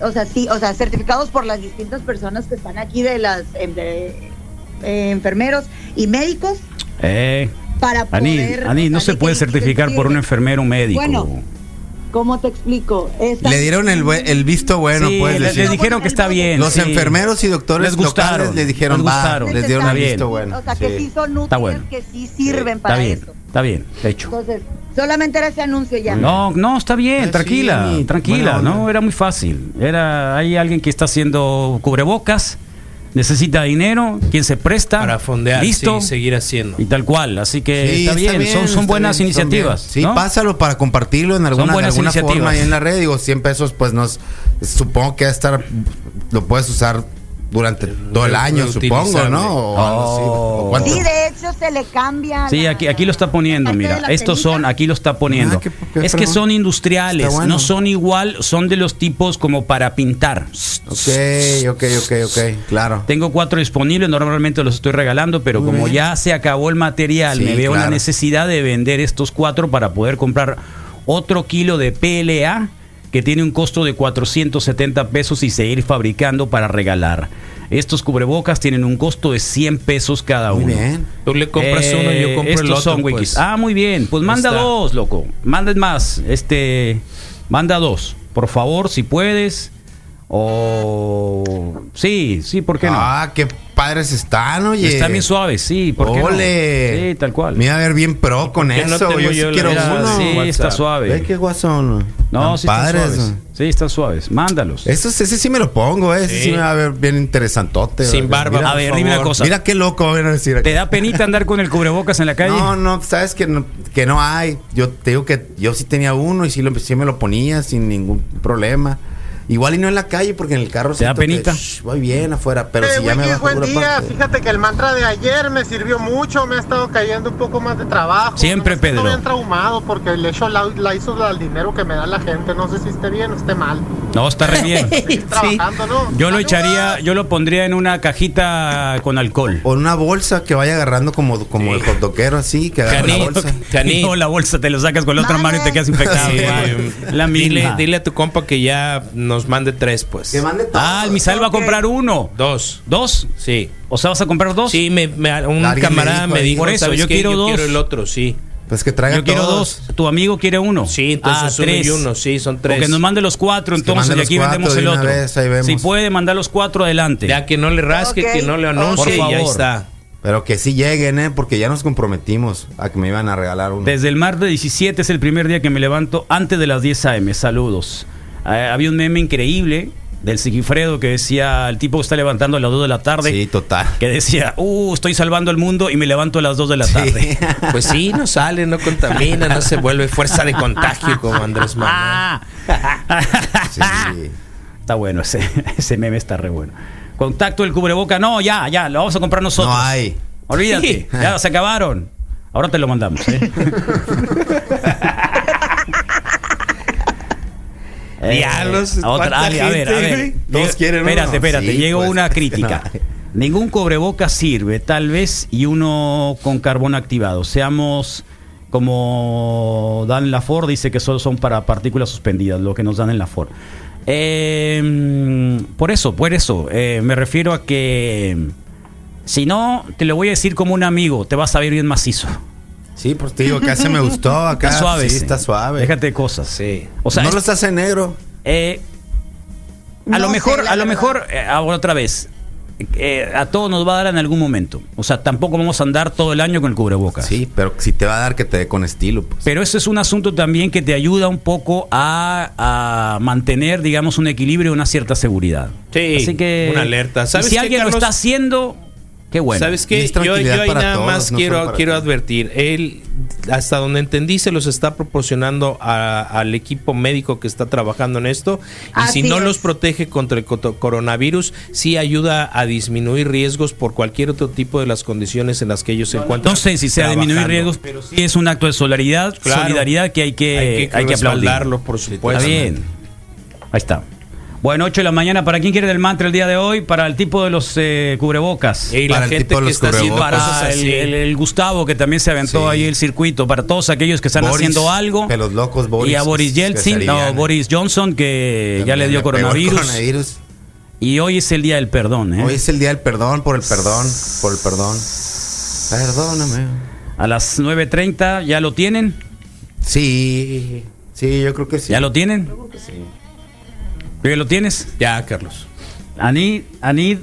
[SPEAKER 9] o sea, sí, o sea, certificados por las distintas personas que están aquí de las em, de, eh, enfermeros y médicos
[SPEAKER 6] Eh.
[SPEAKER 9] para
[SPEAKER 6] Ani,
[SPEAKER 9] poder.
[SPEAKER 6] Ani, no se puede certificar por un enfermero médico.
[SPEAKER 9] Bueno, ¿cómo te explico? Esta-
[SPEAKER 7] Le dieron el, bue- el visto bueno,
[SPEAKER 6] Sí,
[SPEAKER 7] pues.
[SPEAKER 6] le- les dijeron que está bien.
[SPEAKER 7] Los
[SPEAKER 6] sí.
[SPEAKER 7] enfermeros y doctores
[SPEAKER 6] les gustaron,
[SPEAKER 7] locales les dijeron,
[SPEAKER 6] les
[SPEAKER 7] "Va",
[SPEAKER 6] gustaron.
[SPEAKER 7] les dieron el
[SPEAKER 6] Está
[SPEAKER 7] visto
[SPEAKER 6] bien.
[SPEAKER 7] bueno.
[SPEAKER 9] o sea, que sí son útiles,
[SPEAKER 6] Está bueno.
[SPEAKER 9] que sí sirven
[SPEAKER 6] Está
[SPEAKER 9] para
[SPEAKER 6] bien,
[SPEAKER 9] eso.
[SPEAKER 6] está bien, de hecho.
[SPEAKER 9] Entonces, solamente era ese anuncio ya.
[SPEAKER 6] No, no, está bien,
[SPEAKER 9] Sí,
[SPEAKER 6] tranquila,
[SPEAKER 9] ni-
[SPEAKER 6] tranquila,
[SPEAKER 9] buena
[SPEAKER 6] no, era muy fácil. Era, hay alguien que está haciendo cubrebocas, necesita dinero, quien se presta, para fondear, listo,
[SPEAKER 8] sí, seguir haciendo.
[SPEAKER 6] y tal cual, así que
[SPEAKER 7] Sí,
[SPEAKER 6] Eh, está, bien, son, son
[SPEAKER 7] está
[SPEAKER 6] buenas
[SPEAKER 7] bien, son
[SPEAKER 6] iniciativas.
[SPEAKER 7] bien. Sí,
[SPEAKER 6] ¿no?
[SPEAKER 7] pásalo para compartirlo en alguna, de
[SPEAKER 6] buenas
[SPEAKER 7] alguna
[SPEAKER 6] iniciativas.
[SPEAKER 7] forma ahí en la red. Digo, 100 pesos, pues nos supongo que va a estar, lo puedes usar durante todo el año, supongo, ¿no? O algo así.
[SPEAKER 6] Oh.
[SPEAKER 7] ¿O cuánto?
[SPEAKER 9] Sí, de hecho se le cambia.
[SPEAKER 6] Sí, aquí, aquí lo está poniendo, mira. Estos son, aquí lo está poniendo.
[SPEAKER 7] Ah,
[SPEAKER 6] es que
[SPEAKER 7] fregón.
[SPEAKER 6] son industriales,
[SPEAKER 7] Está bueno.
[SPEAKER 6] no son igual, son de los tipos como para pintar.
[SPEAKER 7] Ok, ok, ok, ok, claro.
[SPEAKER 6] Tengo cuatro disponibles, normalmente los estoy regalando, pero
[SPEAKER 7] Muy
[SPEAKER 6] como
[SPEAKER 7] bien.
[SPEAKER 6] ya se acabó el material,
[SPEAKER 7] Sí,
[SPEAKER 6] me veo la
[SPEAKER 7] claro.
[SPEAKER 6] necesidad de vender estos cuatro para poder comprar otro kilo de PLA que tiene un costo de 470 pesos y seguir fabricando para regalar. Estos cubrebocas tienen un costo de 100 pesos cada uno.
[SPEAKER 8] bien. Tú le compras uno y yo compro el
[SPEAKER 6] Eh, estos son
[SPEAKER 8] otro, pues.
[SPEAKER 6] wikis. Ah, muy bien. Pues manda
[SPEAKER 8] Está.
[SPEAKER 6] dos, loco. Manden más. Este, manda dos. Por favor, si puedes. O. Sí, sí, ¿por qué no?
[SPEAKER 7] Ah, qué padres están, oye.
[SPEAKER 6] Están bien suaves, sí. ¿por qué no?
[SPEAKER 7] Ole.
[SPEAKER 6] Sí, tal cual.
[SPEAKER 7] Me iba a ver bien pro con
[SPEAKER 6] ¿Por qué no
[SPEAKER 7] eso.
[SPEAKER 6] tengo
[SPEAKER 7] yo sí
[SPEAKER 6] yo la
[SPEAKER 7] quiero
[SPEAKER 6] idea?
[SPEAKER 7] uno.
[SPEAKER 6] Sí, está suave.
[SPEAKER 7] ¿Ves qué guasón?
[SPEAKER 6] No,
[SPEAKER 7] Tan
[SPEAKER 6] sí están
[SPEAKER 7] padres. Eh.
[SPEAKER 6] suaves. Sí, están suaves. Mándalos.
[SPEAKER 7] Esos- ese sí me lo pongo, eh. ese sí.
[SPEAKER 6] Sí.
[SPEAKER 7] me va a ver bien interesantote.
[SPEAKER 6] Sin barba,
[SPEAKER 7] Mira,
[SPEAKER 6] a ver,
[SPEAKER 7] por
[SPEAKER 6] dime una
[SPEAKER 7] favor.
[SPEAKER 6] cosa.
[SPEAKER 7] Mira qué loco van a decir.
[SPEAKER 6] ¿Te da penita andar con el cubrebocas en la calle?
[SPEAKER 7] No, no, sabes que no, que no hay. Yo te digo que yo sí tenía uno y sí, lo, sí me lo ponía sin ningún problema. Igual y no en la calle porque en el carro
[SPEAKER 6] ¿Te da
[SPEAKER 7] siento que,
[SPEAKER 6] penita?
[SPEAKER 7] shh, voy bien afuera, pero si ya me bajo
[SPEAKER 12] Eh, buen
[SPEAKER 7] pura
[SPEAKER 12] día.
[SPEAKER 7] parte.
[SPEAKER 12] Fíjate que el mantra de ayer me sirvió mucho. Me ha estado cayendo un poco más de trabajo.
[SPEAKER 6] Siempre,
[SPEAKER 12] Nomás que
[SPEAKER 6] Pedro.
[SPEAKER 12] Estoy bien traumado porque le echo la, la hizo al dinero que me da la gente. No sé si esté bien o esté mal.
[SPEAKER 6] No, está re bien.
[SPEAKER 12] Seguir trabajando, ¿no?
[SPEAKER 6] Yo lo echaría, yo lo pondría en una cajita con alcohol.
[SPEAKER 7] O en una bolsa que vaya agarrando como, como el hotdoquero así, que agarra la bolsa.
[SPEAKER 6] Y No, la bolsa te lo sacas con la otra mano y te quedas infectado.
[SPEAKER 8] Eh,
[SPEAKER 6] La
[SPEAKER 8] dile,
[SPEAKER 6] misma.
[SPEAKER 8] dile a tu compa que ya nos mande tres, pues.
[SPEAKER 7] Que mande todo.
[SPEAKER 6] Ah, el misal va a comprar uno.
[SPEAKER 8] Dos.
[SPEAKER 6] ¿Dos?
[SPEAKER 8] Sí.
[SPEAKER 6] O sea, ¿vas a comprar dos?
[SPEAKER 8] Sí, me, me- un
[SPEAKER 7] Alguien
[SPEAKER 8] camarada
[SPEAKER 7] me dijo
[SPEAKER 8] me
[SPEAKER 7] ahí.
[SPEAKER 8] dijo.
[SPEAKER 6] Por eso,
[SPEAKER 8] "¿Sabes
[SPEAKER 6] yo
[SPEAKER 8] qué?
[SPEAKER 6] quiero dos".
[SPEAKER 8] quiero el otro, sí.
[SPEAKER 7] Pues que traiga
[SPEAKER 6] Yo quiero
[SPEAKER 7] todos.
[SPEAKER 6] dos. Tu amigo quiere uno.
[SPEAKER 8] Sí, entonces
[SPEAKER 6] Ah,
[SPEAKER 8] uno y uno, sí, son tres.
[SPEAKER 6] O que nos mande los cuatro,
[SPEAKER 7] que
[SPEAKER 6] entonces,
[SPEAKER 7] mande
[SPEAKER 6] y aquí
[SPEAKER 7] los
[SPEAKER 6] vendemos
[SPEAKER 7] cuatro
[SPEAKER 6] el
[SPEAKER 7] de una
[SPEAKER 6] otro.
[SPEAKER 7] vez, ahí vemos.
[SPEAKER 6] Si puede mandar los cuatro adelante.
[SPEAKER 8] Ya que no le rasque,
[SPEAKER 9] Ok.
[SPEAKER 8] que no le
[SPEAKER 6] Por
[SPEAKER 8] anuncie y ya
[SPEAKER 6] favor.
[SPEAKER 8] está.
[SPEAKER 7] Pero que sí lleguen, ¿eh? Porque ya nos comprometimos a que me iban a regalar uno.
[SPEAKER 6] Desde el martes 17 es el primer día que me levanto antes de las 10 a.m. Saludos. Eh, había un meme increíble del Sigifredo que decía, el tipo que está levantando a las 2 de la tarde,
[SPEAKER 7] Sí, total.
[SPEAKER 6] que decía, uh, estoy salvando al mundo y me levanto a las 2 de la tarde.
[SPEAKER 8] Pues sí, no sale, no contamina, no se vuelve fuerza de contagio como Andrés Manuel.
[SPEAKER 6] Ah.
[SPEAKER 7] Sí.
[SPEAKER 6] Está bueno, ese, ese meme está re bueno. Contacto del cubreboca, no, ya, ya, lo vamos a comprar nosotros.
[SPEAKER 7] No hay.
[SPEAKER 6] Olvídate, ya se acabaron. Ahora te lo mandamos. ¿eh? Eh,
[SPEAKER 8] Diablos,
[SPEAKER 6] a otra-
[SPEAKER 8] cuánta
[SPEAKER 6] a ver, a ver, a
[SPEAKER 8] gente,
[SPEAKER 6] ver.
[SPEAKER 8] güey.
[SPEAKER 7] Todos quieren uno.
[SPEAKER 6] Espérate, espérate,
[SPEAKER 7] Sí,
[SPEAKER 6] llegó
[SPEAKER 7] pues,
[SPEAKER 6] una
[SPEAKER 7] no.
[SPEAKER 6] crítica. Ningún cobreboca sirve, tal vez, y uno con carbón activado. Seamos como Dan Lafor dice que solo son para partículas suspendidas, lo que nos dan en Lafor. Eh, por eso, por eso, eh, me refiero a que si no, te lo voy a decir como un amigo, te vas a ver bien macizo.
[SPEAKER 7] Sí, pues te digo, acá se me gustó, acá
[SPEAKER 6] Está suave.
[SPEAKER 7] sí,
[SPEAKER 6] sí.
[SPEAKER 7] está suave.
[SPEAKER 6] Déjate de cosas.
[SPEAKER 8] Sí.
[SPEAKER 6] O sea,
[SPEAKER 7] no
[SPEAKER 6] es-
[SPEAKER 7] los hace negro.
[SPEAKER 6] eh, a
[SPEAKER 9] No
[SPEAKER 6] lo
[SPEAKER 9] sé,
[SPEAKER 6] mejor,
[SPEAKER 9] la
[SPEAKER 6] a lo
[SPEAKER 9] verdad.
[SPEAKER 6] mejor, eh, ahora otra vez. eh, a todos nos va a dar en algún momento. O sea, tampoco vamos a andar todo el año con el cubrebocas.
[SPEAKER 7] Sí, pero si te va a dar que te dé con estilo, pues.
[SPEAKER 6] Pero eso es un asunto también que te ayuda un poco a, a mantener, digamos, un equilibrio y una cierta seguridad.
[SPEAKER 8] Sí,
[SPEAKER 6] Así que.
[SPEAKER 8] una alerta.
[SPEAKER 6] y
[SPEAKER 8] ¿Sabes
[SPEAKER 6] si
[SPEAKER 8] qué,
[SPEAKER 6] alguien lo
[SPEAKER 8] Carlos?
[SPEAKER 6] está haciendo, qué bueno.
[SPEAKER 8] ¿Sabes qué?
[SPEAKER 7] es
[SPEAKER 8] Yo, yo ahí
[SPEAKER 7] tranquilidad para
[SPEAKER 8] nada
[SPEAKER 7] todos,
[SPEAKER 8] más
[SPEAKER 7] no solo
[SPEAKER 8] quiero,
[SPEAKER 7] para
[SPEAKER 8] quiero
[SPEAKER 7] ti.
[SPEAKER 8] advertir. Él, hasta donde entendí, se los está proporcionando a- al equipo médico que está trabajando en esto. Y
[SPEAKER 9] Así
[SPEAKER 8] si no
[SPEAKER 9] es.
[SPEAKER 8] los protege contra el coto- coronavirus, sí ayuda a disminuir riesgos por cualquier otro tipo de las condiciones en las que ellos se encuentran.
[SPEAKER 6] No sé si sea disminuir
[SPEAKER 8] trabajando.
[SPEAKER 6] riesgos, pero sí es un acto de solidaridad,
[SPEAKER 8] Claro.
[SPEAKER 6] solidaridad que hay que,
[SPEAKER 8] Hay que,
[SPEAKER 6] hay que aplaudir.
[SPEAKER 8] respaldarlo, por supuesto.
[SPEAKER 6] Está bien. Ahí está. Bueno, 8 de la mañana. ¿Para quién quiere del mantra el día de hoy? Para el tipo de los eh, cubrebocas.
[SPEAKER 8] Y
[SPEAKER 7] Para
[SPEAKER 8] la
[SPEAKER 7] el
[SPEAKER 8] gente
[SPEAKER 7] tipo de
[SPEAKER 8] que
[SPEAKER 7] los
[SPEAKER 8] está haciendo
[SPEAKER 7] cubrebocas.
[SPEAKER 8] cosas
[SPEAKER 6] Para el,
[SPEAKER 8] así.
[SPEAKER 6] el- el Gustavo, que también se aventó
[SPEAKER 7] Sí.
[SPEAKER 6] ahí el circuito. Para todos aquellos que están
[SPEAKER 7] Boris,
[SPEAKER 6] haciendo algo.
[SPEAKER 7] que los locos Boris
[SPEAKER 6] Y a Boris
[SPEAKER 7] que ¿eh? se
[SPEAKER 6] Yeltsin, no,
[SPEAKER 7] alivianen.
[SPEAKER 6] Boris Johnson, que ya le dio
[SPEAKER 7] pegó el
[SPEAKER 6] coronavirus.
[SPEAKER 7] coronavirus.
[SPEAKER 6] Y hoy es el día del perdón, ¿eh?
[SPEAKER 7] Hoy es el día del perdón, por el perdón, por el perdón. Perdóname.
[SPEAKER 6] A las 9.30, ¿ya lo tienen?
[SPEAKER 7] Sí, sí, yo creo que sí.
[SPEAKER 6] ¿Ya lo tienen? ¿Ya lo tienes?
[SPEAKER 8] Ya, Carlos.
[SPEAKER 6] Anid, Anid,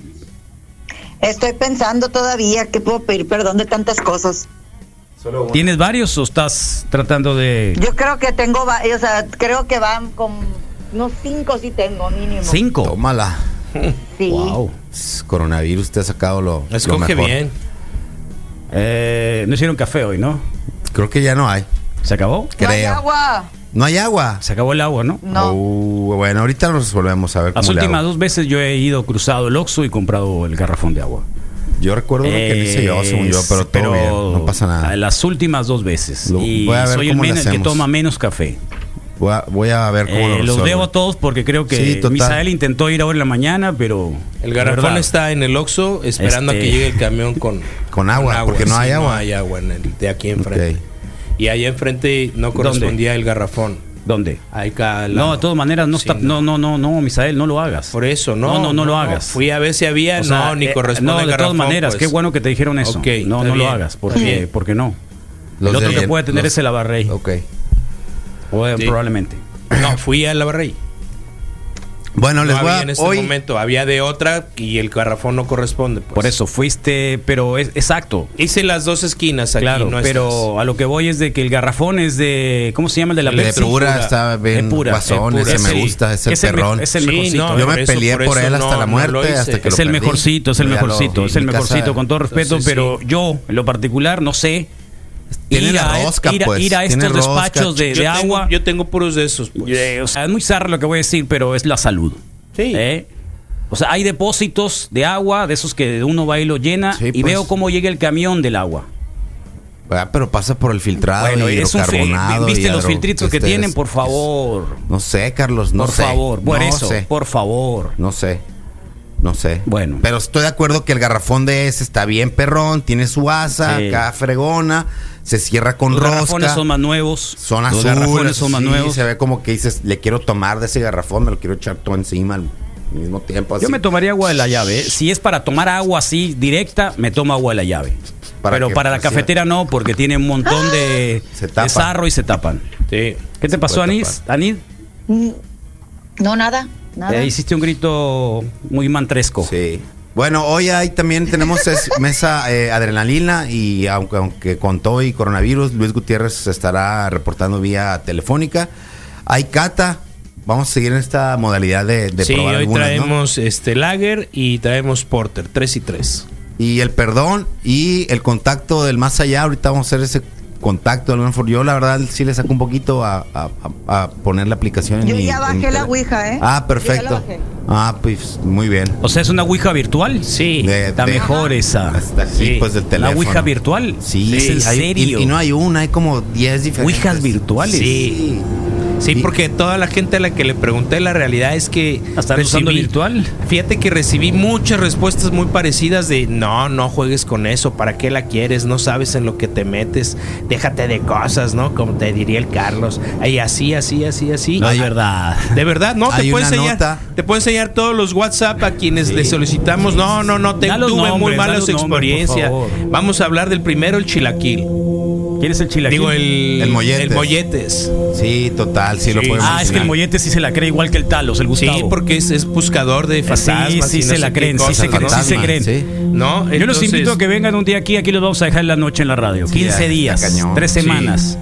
[SPEAKER 9] Estoy pensando todavía que puedo pedir perdón de tantas cosas.
[SPEAKER 6] ¿tienes varios o estás tratando de...?
[SPEAKER 9] Yo creo que tengo, va- o sea, creo que van con unos cinco sí tengo mínimo.
[SPEAKER 6] ¿Cinco?
[SPEAKER 7] Tómala.
[SPEAKER 9] Sí.
[SPEAKER 6] Wow.
[SPEAKER 7] S- Coronavirus te ha sacado lo, lo
[SPEAKER 8] Escoge
[SPEAKER 7] mejor.
[SPEAKER 8] bien.
[SPEAKER 6] Eh, no hicieron café hoy, ¿no?
[SPEAKER 7] Creo que ya no hay.
[SPEAKER 6] ¿Se acabó?
[SPEAKER 9] No hay
[SPEAKER 7] Creo.
[SPEAKER 9] agua.
[SPEAKER 7] No hay agua.
[SPEAKER 6] Se acabó el agua, ¿no?
[SPEAKER 9] No.
[SPEAKER 7] Uh, bueno, ahorita nos resolvemos a ver
[SPEAKER 6] Las
[SPEAKER 7] cómo le hago.
[SPEAKER 6] últimas dos veces yo he ido cruzado el Oxxo y comprado el garrafón de agua.
[SPEAKER 7] Yo recuerdo lo que
[SPEAKER 6] Eh,
[SPEAKER 7] hice yo, según yo, pero, todo bien, no pasa nada.
[SPEAKER 6] Las últimas dos veces.
[SPEAKER 7] Lo-
[SPEAKER 6] y
[SPEAKER 7] voy a ver
[SPEAKER 6] soy el,
[SPEAKER 7] cómo le
[SPEAKER 6] men- el que
[SPEAKER 7] hacemos.
[SPEAKER 6] toma menos café.
[SPEAKER 7] Voy a, voy a ver cómo
[SPEAKER 6] Eh,
[SPEAKER 7] lo
[SPEAKER 6] los
[SPEAKER 7] resuelvo.
[SPEAKER 6] debo a todos porque creo
[SPEAKER 7] Sí,
[SPEAKER 6] que
[SPEAKER 7] total.
[SPEAKER 6] Misael intentó ir ahora en la mañana, pero.
[SPEAKER 8] El garrafón
[SPEAKER 6] ¿verdad?
[SPEAKER 8] está en el Oxxo esperando a
[SPEAKER 6] Este-
[SPEAKER 8] que llegue el camión con,
[SPEAKER 7] Con agua, porque no hay agua.
[SPEAKER 8] No hay agua en el, de aquí enfrente.
[SPEAKER 7] Ok.
[SPEAKER 8] Y allá enfrente no
[SPEAKER 6] ¿Dónde?
[SPEAKER 8] correspondía el garrafón.
[SPEAKER 6] ¿Dónde?
[SPEAKER 8] Acá, la-
[SPEAKER 6] No, de todas maneras, no,
[SPEAKER 8] Sí,
[SPEAKER 6] está- no, no, no, no, Misael, no lo hagas.
[SPEAKER 8] Por eso, no.
[SPEAKER 6] No, no, no lo hagas.
[SPEAKER 8] Fui a ver si había.
[SPEAKER 6] O sea,
[SPEAKER 8] no, ni
[SPEAKER 6] eh,
[SPEAKER 8] corresponde.
[SPEAKER 6] No, de todas
[SPEAKER 8] garrafón,
[SPEAKER 6] maneras,
[SPEAKER 8] pues.
[SPEAKER 6] qué bueno que te dijeron eso.
[SPEAKER 8] Ok,
[SPEAKER 6] no,
[SPEAKER 8] está
[SPEAKER 6] no lo
[SPEAKER 8] bien,
[SPEAKER 6] hagas,
[SPEAKER 8] está
[SPEAKER 6] porque,
[SPEAKER 8] bien.
[SPEAKER 6] porque no.
[SPEAKER 8] Los
[SPEAKER 6] el otro
[SPEAKER 8] de-
[SPEAKER 6] que puede tener
[SPEAKER 8] los-
[SPEAKER 6] es el Abarrey. eh,
[SPEAKER 7] Ok.
[SPEAKER 8] Sí.
[SPEAKER 6] Probablemente.
[SPEAKER 8] No, fui a la barrey.
[SPEAKER 7] Bueno,
[SPEAKER 6] les voy a-
[SPEAKER 8] había en este
[SPEAKER 6] hoy-
[SPEAKER 8] momento, había de otra y el garrafón no corresponde. pues.
[SPEAKER 6] Por eso fuiste, pero es exacto.
[SPEAKER 8] Hice las dos esquinas aquí.
[SPEAKER 6] Claro,
[SPEAKER 8] no
[SPEAKER 6] pero a lo que voy es de que el garrafón es de. ¿Cómo se llama el de la
[SPEAKER 7] El de
[SPEAKER 6] Pepsi?
[SPEAKER 7] pura, está bien
[SPEAKER 6] Es pura,
[SPEAKER 7] guasón,
[SPEAKER 6] es pura.
[SPEAKER 7] ese me
[SPEAKER 6] el-
[SPEAKER 7] gusta, es el
[SPEAKER 6] me-
[SPEAKER 7] perrón.
[SPEAKER 6] es el
[SPEAKER 7] Sí,
[SPEAKER 6] mejorcito. ¿eh?
[SPEAKER 7] no, Yo me por eso- peleé por por él eso hasta no- la muerte, no lo hice. hasta que
[SPEAKER 6] Es
[SPEAKER 7] lo
[SPEAKER 6] el
[SPEAKER 7] perdí.
[SPEAKER 6] mejorcito, es el
[SPEAKER 7] Yo ya lo-
[SPEAKER 6] mejorcito, es
[SPEAKER 7] en
[SPEAKER 6] el
[SPEAKER 7] mi casa-
[SPEAKER 6] mejorcito, con todo respeto,
[SPEAKER 7] Entonces,
[SPEAKER 6] pero yo, en lo particular, no sé.
[SPEAKER 7] Tiene la
[SPEAKER 6] a-
[SPEAKER 7] rosca,
[SPEAKER 6] ir a-
[SPEAKER 7] pues,
[SPEAKER 6] ir a
[SPEAKER 7] tiene
[SPEAKER 6] estos
[SPEAKER 7] rosca.
[SPEAKER 6] despachos de,
[SPEAKER 8] Yo
[SPEAKER 6] de
[SPEAKER 8] tengo-
[SPEAKER 6] agua.
[SPEAKER 8] Yo tengo puros de esos. pues.
[SPEAKER 6] Eh, o sea, es muy zarra lo que voy a decir, pero es la salud.
[SPEAKER 8] Sí.
[SPEAKER 6] ¿Eh? O sea, hay depósitos de agua, de esos que uno va y lo llena,
[SPEAKER 7] Sí,
[SPEAKER 6] y
[SPEAKER 7] pues.
[SPEAKER 6] veo cómo llega el camión del agua.
[SPEAKER 7] Ah, pero pasa por el filtrado
[SPEAKER 6] Bueno,
[SPEAKER 7] y
[SPEAKER 6] es un fe-
[SPEAKER 7] hidrocarbonado.
[SPEAKER 6] ¿viste
[SPEAKER 7] y
[SPEAKER 6] los
[SPEAKER 7] hidro-
[SPEAKER 6] filtritos que
[SPEAKER 7] este,
[SPEAKER 6] tienen?
[SPEAKER 7] es-
[SPEAKER 6] Por favor.
[SPEAKER 7] No sé, Carlos, no
[SPEAKER 6] por
[SPEAKER 7] sé.
[SPEAKER 6] favor, por
[SPEAKER 7] no
[SPEAKER 6] eso,
[SPEAKER 7] sé.
[SPEAKER 6] por favor.
[SPEAKER 7] No sé. No sé.
[SPEAKER 6] Bueno.
[SPEAKER 7] Pero estoy de acuerdo que el garrafón de ese está bien perrón, tiene su asa,
[SPEAKER 6] Sí.
[SPEAKER 7] acá fregona, se cierra con
[SPEAKER 6] Los
[SPEAKER 7] rosca.
[SPEAKER 6] garrafones son más nuevos.
[SPEAKER 7] Son
[SPEAKER 6] Los
[SPEAKER 7] azules,
[SPEAKER 6] garrafones son más
[SPEAKER 7] sí,
[SPEAKER 6] nuevos.
[SPEAKER 7] se ve como que dices, le quiero tomar de ese garrafón, me lo quiero echar todo encima al mismo tiempo.
[SPEAKER 6] Yo
[SPEAKER 7] así.
[SPEAKER 6] me tomaría agua de la llave. ¿eh? Si es para tomar agua así directa, me tomo agua de la llave.
[SPEAKER 7] Para
[SPEAKER 6] Pero
[SPEAKER 7] que
[SPEAKER 6] para la
[SPEAKER 7] reciba.
[SPEAKER 6] cafetera no, porque tiene un montón de,
[SPEAKER 7] Se tapa.
[SPEAKER 6] de sarro y se tapan.
[SPEAKER 8] Sí.
[SPEAKER 6] ¿Qué te pasó,
[SPEAKER 7] puede
[SPEAKER 6] Anís? Anid,
[SPEAKER 9] Mm, No, nada, nada.
[SPEAKER 6] eh, hiciste un grito muy mantresco.
[SPEAKER 7] Sí. Bueno, hoy ahí también tenemos es- mesa eh, adrenalina y aunque, aunque con todo y coronavirus, Luis Gutiérrez se estará reportando vía telefónica. Hay cata. Vamos a seguir en esta modalidad de, de
[SPEAKER 8] sí,
[SPEAKER 7] probar
[SPEAKER 8] hoy
[SPEAKER 7] algunas, ¿no?
[SPEAKER 8] traemos este Lager y traemos Porter, 3 y 3.
[SPEAKER 7] Y el perdón y el contacto del más allá. Ahorita vamos a hacer ese contacto. Alan Ford. Yo la verdad sí le saco un poquito a, a- a- a poner la aplicación. en
[SPEAKER 9] Yo
[SPEAKER 7] mi-
[SPEAKER 9] ya
[SPEAKER 7] en mi
[SPEAKER 9] bajé la
[SPEAKER 7] teléfono.
[SPEAKER 9] Ouija, ¿eh?
[SPEAKER 7] Ah,
[SPEAKER 9] Yo ya
[SPEAKER 7] perfecto.
[SPEAKER 9] la bajé.
[SPEAKER 7] Ah, pues muy bien.
[SPEAKER 6] O sea, ¿es una ouija virtual? Sí.
[SPEAKER 7] De-
[SPEAKER 6] Está
[SPEAKER 7] de-
[SPEAKER 6] mejor esa.
[SPEAKER 7] Hasta aquí,
[SPEAKER 6] Sí.
[SPEAKER 7] pues, del
[SPEAKER 6] ¿La
[SPEAKER 7] teléfono.
[SPEAKER 6] ouija virtual?
[SPEAKER 7] Sí,
[SPEAKER 6] ¿Es en
[SPEAKER 7] hay- y-
[SPEAKER 6] serio?
[SPEAKER 7] Y, no hay una, hay como 10 diferentes.
[SPEAKER 6] Ouijas virtuales.
[SPEAKER 8] Sí. Sí,
[SPEAKER 7] Y-
[SPEAKER 8] porque toda la gente a la que le pregunté, la realidad es que.
[SPEAKER 6] ¿Están usando virtual?
[SPEAKER 8] Fíjate que recibí muchas respuestas muy parecidas de no, no juegues con eso, ¿para qué la quieres? No sabes en lo que te metes, déjate de cosas, ¿no? Como te diría el Carlos. Ahí así, así, así, así.
[SPEAKER 6] No, es verdad.
[SPEAKER 8] De verdad, no, te
[SPEAKER 7] Hay
[SPEAKER 8] puedo
[SPEAKER 7] una
[SPEAKER 8] enseñar.
[SPEAKER 7] nota.
[SPEAKER 8] Te puedo enseñar todos los WhatsApp a quienes le solicitamos. No, no, no, te,
[SPEAKER 6] Da los
[SPEAKER 8] tuve muy
[SPEAKER 6] nombres, da
[SPEAKER 8] malas
[SPEAKER 6] los nombres,
[SPEAKER 8] experiencias.
[SPEAKER 6] por favor.
[SPEAKER 8] Vamos a hablar del primero, el chilaquil.
[SPEAKER 6] ¿Quién es el chilaquil?
[SPEAKER 8] Digo, el,
[SPEAKER 7] El molletes.
[SPEAKER 8] El molletes.
[SPEAKER 7] Sí, total, sí, lo
[SPEAKER 8] Sí.
[SPEAKER 7] podemos
[SPEAKER 6] Ah, es que el
[SPEAKER 7] mencionar.
[SPEAKER 6] mollete sí se la cree igual que el talos, el Gustavo.
[SPEAKER 8] Sí, porque es, es buscador de fantasmas.
[SPEAKER 6] sí,
[SPEAKER 8] y no
[SPEAKER 6] se
[SPEAKER 8] sé
[SPEAKER 6] la
[SPEAKER 8] qué
[SPEAKER 6] creen, sí
[SPEAKER 8] cosas,
[SPEAKER 6] se creen, sí se
[SPEAKER 7] Fantasma,
[SPEAKER 6] creen.
[SPEAKER 7] sí.
[SPEAKER 8] ¿no?
[SPEAKER 6] Yo los
[SPEAKER 8] Entonces,
[SPEAKER 6] invito a que vengan un día aquí, aquí los vamos a dejar en la noche en la radio. 15
[SPEAKER 7] ya,
[SPEAKER 6] días,
[SPEAKER 7] está cañón.
[SPEAKER 6] tres
[SPEAKER 7] Sí.
[SPEAKER 6] semanas,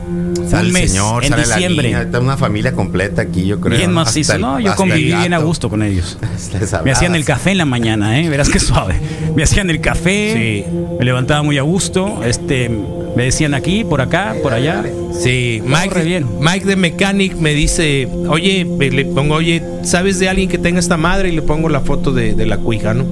[SPEAKER 7] Sale
[SPEAKER 6] un
[SPEAKER 7] el
[SPEAKER 6] mes,
[SPEAKER 7] señor,
[SPEAKER 6] en
[SPEAKER 7] sale
[SPEAKER 6] diciembre.
[SPEAKER 7] la niña, está una familia completa aquí, yo creo.
[SPEAKER 6] bien
[SPEAKER 7] ¿no?
[SPEAKER 6] macizo.
[SPEAKER 7] Hasta el- Este
[SPEAKER 6] No, yo
[SPEAKER 7] hasta el
[SPEAKER 6] conviví bien a
[SPEAKER 7] gato.
[SPEAKER 6] gusto con ellos.
[SPEAKER 7] Les
[SPEAKER 6] Me hacían
[SPEAKER 7] hablabas.
[SPEAKER 6] el café en la mañana, ¿eh? Verás qué suave. Me hacían el café, me levantaba muy a gusto. Este, me decían aquí, por acá, por allá.
[SPEAKER 8] Sí,
[SPEAKER 6] No,
[SPEAKER 8] Mike,
[SPEAKER 6] re bien.
[SPEAKER 8] Mike de Mechanic me dice, oye, me- le pongo, oye, ¿sabes de alguien que tenga esta madre? Y le pongo la foto de, de la cuija, ¿no?